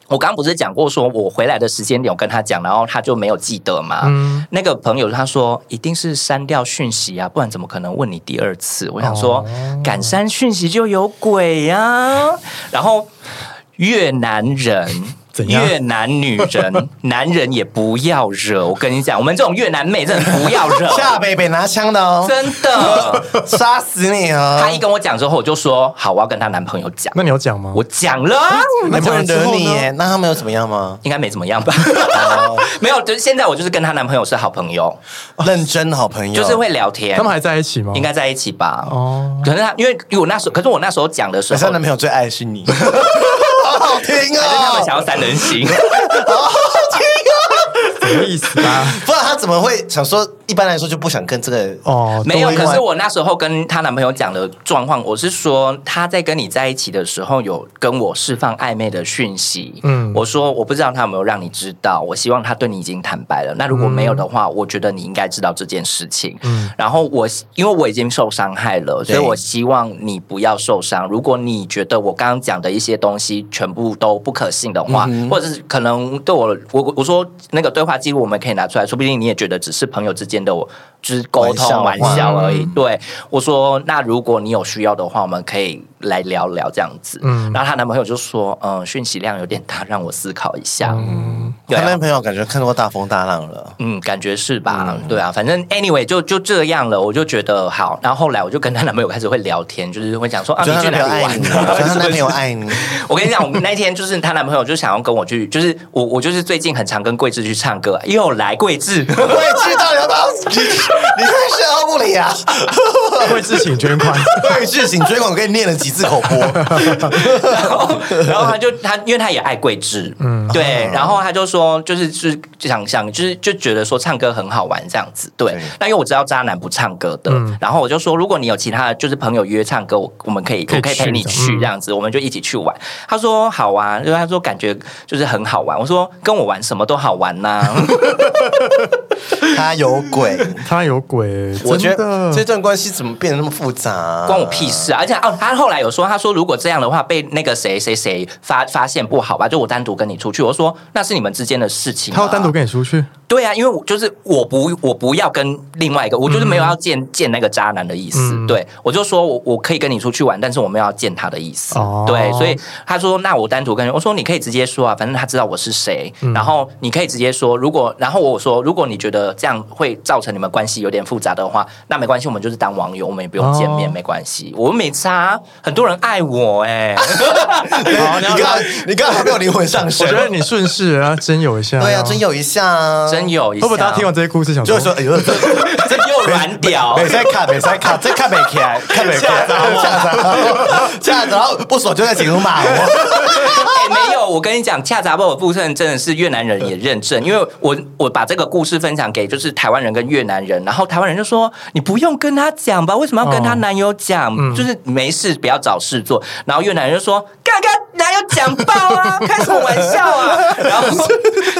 我刚不是讲过说我回来的时间点，我跟他讲，然后他就没有记得嘛。嗯，那个朋友他说一定是删掉讯息啊，不然怎么可能问你第二次？我想说，哦敢删讯息就有鬼呀、然后越南人怎样？越南女 人，男人也不要惹。我跟你讲，我们这种越南妹真的不要 惹，下北北拿枪 的哦，真的。 杀死你哦！她一跟我讲之后，我就说好，我要跟她男朋友讲。那你有讲吗？我讲了啊，没不那讲能了惹之后呢你耶，那他们有怎么样吗？应该没怎么样吧？哦 没有，就是现在我就是跟她男朋友是好朋友，认真好朋友，就是会聊天。他们还在一起吗？应该在一起吧？哦可能他因为因为我那时候，可是我那时候讲的时可是候她，男朋友最爱的 是你，好好听还是他们哦想。要三人行。什么意思啊？不然她怎么会想说？一般来说就不想跟这 个哦，没有，都会可是我那时候跟她男朋友讲的状况，我是说她在跟你在一起的时候有跟我释放暧昧的讯息。嗯嗯，我说我不知道他有没有让你知道，我希望他对你已经坦白了。那如果没有的话，我觉得你应该知道这件事情。嗯嗯，然后我因为我已经受伤害了，所以对我希望你不要受伤。如果你觉得我刚刚讲的一些东西全部都不可信的话，或者是可能对我我我说那个对话记录我们可以拿出来，说不定你也觉得只是朋友之间的我就是沟通玩玩笑话笑而已。对我说，那如果你有需要的话，我们可以来聊聊这样子。嗯嗯，然后她男朋友就说，嗯，讯息量有点大，让我思考一下。嗯，对她啊、男朋友感觉看过大风大浪了。嗯，感觉是吧？对啊，反正 anyway 就就这样了，我就觉得好。然后后来我就跟她男朋友开始会聊天，就是会讲说啊，觉你得她去哪里男朋友爱玩你，啊？觉得她男朋友爱你， 我跟你讲，我们那天就是她男朋友就想要跟我去，就是我我就是最近很常跟桂智去唱歌，又来桂智，我也知道你要不要，你 你太深奥不理啊！会自请捐款。对，事情追广给你念了几次口播，然后 然后他就他，因为他也爱桂枝，嗯，啊对，然后他就说，就是是就想想，就是就觉得说唱歌很好玩这样子，对对。那因为我知道渣男不唱歌的，嗯然后我就说，如果你有其他的就是朋友约唱歌，我我们可以可以我可以陪你去去的嗯这样子，我们就一起去玩。他说好啊，就是他说感觉就是很好玩。我说跟我玩什么都好玩 呐、他有鬼。他有鬼，我觉真得的这段关系怎么变得那么复杂、啊？关我屁！事啊！而且哦，他后来有说，他说如果这样的话，被那个谁谁谁发发现不好吧？就我单独跟你出去，我说那是你们之间的事情、啊。他要单独跟你出去，对啊，因为我就是我不我不要跟另外一个，我就是没有要见、见那个渣男的意思。嗯对我就说我我可以跟你出去玩，但是我没有要见他的意思。哦对，所以他说那我单独跟你，我说你可以直接说啊，反正他知道我是谁，嗯然后你可以直接说，如果然后我说如果你觉得这样会造成你们关系有点复杂的话，那没关系，我们就是当网友，我们也不用见面，哦没关系，我们没差，很多人爱我 哎、好，你看，你看，还没有灵魂上我升觉。得你顺势啊，真有一下，对啊，真有一下啊，真有一会不会大下家听完这些故事想就是说，哎呦，这这又软屌，没在看，没在看，这看没起 来，看没起来，吓着我，吓着我，不爽就在群骂 我。哎、没有，我跟你讲，恰杂报的部分真的是越南人也认证，因为我我把这个故事分享给就是台湾人跟越南人，然后台湾人就说你不用跟他讲吧，为什么要跟他男友讲？就是没事不要找事做。然后越南人就说干跟他男友讲爆啊，开什么玩笑啊？然后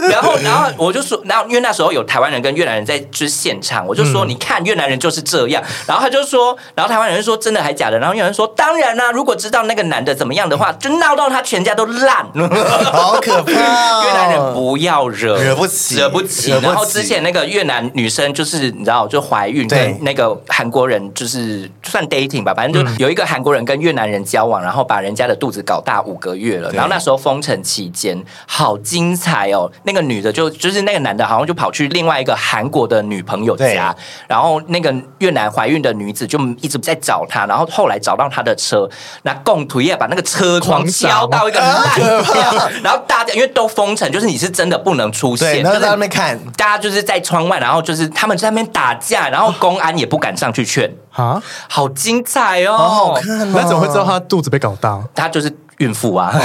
然后然后我就说，然后因为那时候有台湾人跟越南人在就是现场，我就说、你看越南人就是这样，然后他就说，然后台湾人就说真的还假的，然后越南人说当然啦、如果知道那个男的怎么样的话，就闹到他全家都烂。好可怕哦！越南人不要惹，惹不起惹不起。惹不起然后之前那个越南女生就是你知道，就怀孕，对嗯跟那个韩国人就是算 dating 吧，反正就有一个韩国人跟越南人交往，然后把人家的肚子搞大五个月了。对然后那时候封城期间，好精彩哦！那个女的就就是那个男的，好像就跑去另外一个韩国的女朋友家，然后那个越南怀孕的女子就一直在找他，然后后来找到他的车，那共图也把那个车狂窗砸哦敲到一个烂 掉， 然后大家因为都封城，就是你是真的不能出对，现，然就后是在那边看，大家就是在窗外，然后就是他们在那边打架，然后公安也不敢上去劝，啊，好精彩哦！好好看哦。 那怎么会知道他肚子被搞大？她就是孕妇 啊。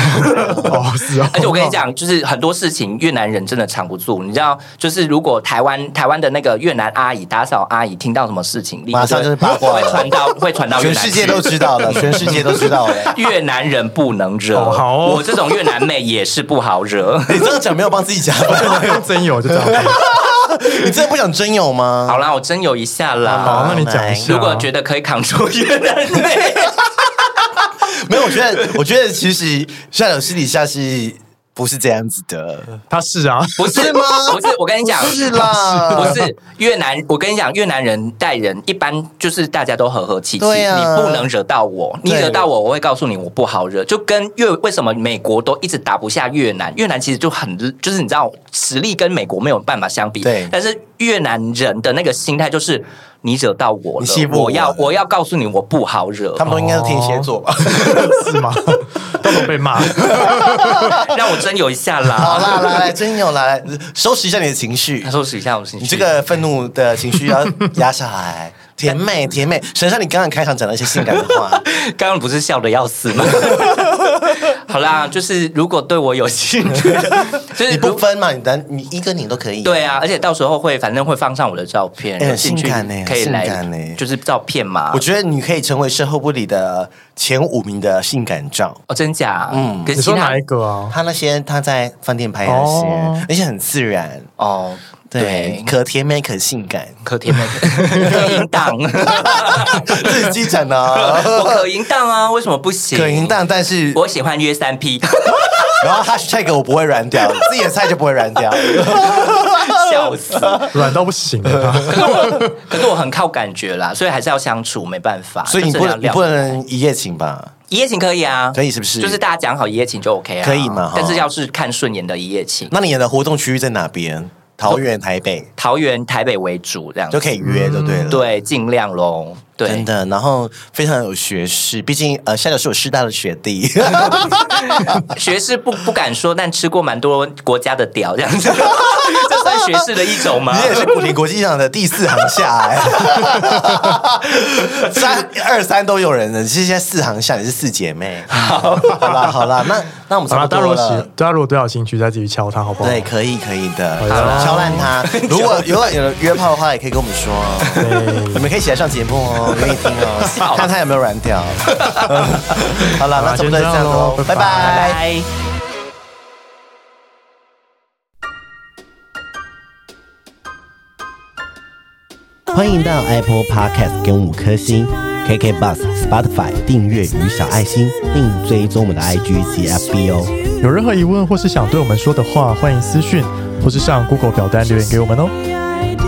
哦，是哦，而且我跟你 讲，就是很多事情越南人真的藏不住，你知道，就是如果台湾台湾的那个越南阿姨打扫阿姨听到什么事情，立刻马上就是八卦了会传到会传到越全南去世界都知道了，全世界都知道了。越南人不能惹，哦好哦我这种越南妹也是不好惹。 你这样讲没有帮自己加 分，真有就这样。你真的不想真有吗？好啦，我真有一下好，啦。那你讲一下。啊如果觉得可以扛住越南 妹，没有，我觉得，我觉得其实夏柳私底下是不是这样子的，他是啊， 不是吗？不是，我跟你讲，不是啦不是越南。我跟你讲，越南人待人一般就是大家都和和气气，对啊你不能惹到我，你对惹到我，我会告诉你我不好惹。就跟越为什么美国都一直打不下越南，越南其实就很就是你知道实力跟美国没有办法相比，对但是越南人的那个心态就是。你惹到我你了，欺负我我要了我要告诉你我不好惹，他们都应该是天蝎座吧？是吗？都能被 骂，让我真有一下啦。哦好啦，来来，真有来，收拾一下你的情绪他，收拾一下我的情绪。你这个愤怒的情绪要压下来。甜美，甜美，神上你刚刚开场讲了一些性感的 话， 刚刚不是笑的要死吗？ 好啦，就是如果对我有兴 趣的，就是你如不分嘛？你单你一跟你都可以，对啊，而且到时候会反正会放上我的照片，哎有兴趣性感欸可以来性感欸就是照片嘛我。觉得你可以成为售后部里的前五名的性感照。哦，真假？嗯，跟你其说他哪一个啊？他那些他在饭店拍的那些，哦而且很自然，哦，对，对，可甜美可性感，可甜美可 可淫 荡，自己讲的 哦，我可淫荡啊，为什么不行？可淫，荡，但是我喜欢约三 P，然后 hashtag 我不会软掉，自己的菜就不会软掉，笑 死。软到不行了，他可是我很靠感觉啦，所以还是要相处，没办法。所以你就不这样能你聊不能一夜情吧？一夜情可以啊，可以是不是就是大家讲好一夜情就 OK 啊，可以嘛哈但是要是看顺眼的一夜情，那你的活动区域在哪边？桃园、台北桃园、台北为主这样就子，可以约，就对了。。嗯对，尽量喽。对真，的，然后非常有学识，毕竟呃，夏柳是我师大的学弟，学士不不敢说，但吃过蛮多国家的屌这样子， 这算学士的一种吗你？也是古亭国际机场的第四航下、哎，三二三都有人了，你是现在四航下，你是四姐妹。好，好啦，好啦，那那我们好了，大差不家如果多了喜。，大家如果对他有兴趣，再继续敲他，好不好？对，可以，可以的，啦敲烂他。 如果如果有人约炮的话，也可以跟我们说嗯哦。你对，们可以一起来上节目哦，愿意听 哦，笑看他有没有软掉。好了，好啦那差不多就这样喽，先这样咯拜拜拜拜。拜。欢迎到 Apple Podcast 给我们五颗星，KK Bus、Spotify 订阅与小爱心，并追踪我们的 IG 及 FB 哦。有任何疑问或是想对我们说的话，欢迎私讯或是上 Google 表单留言给我们哦。 I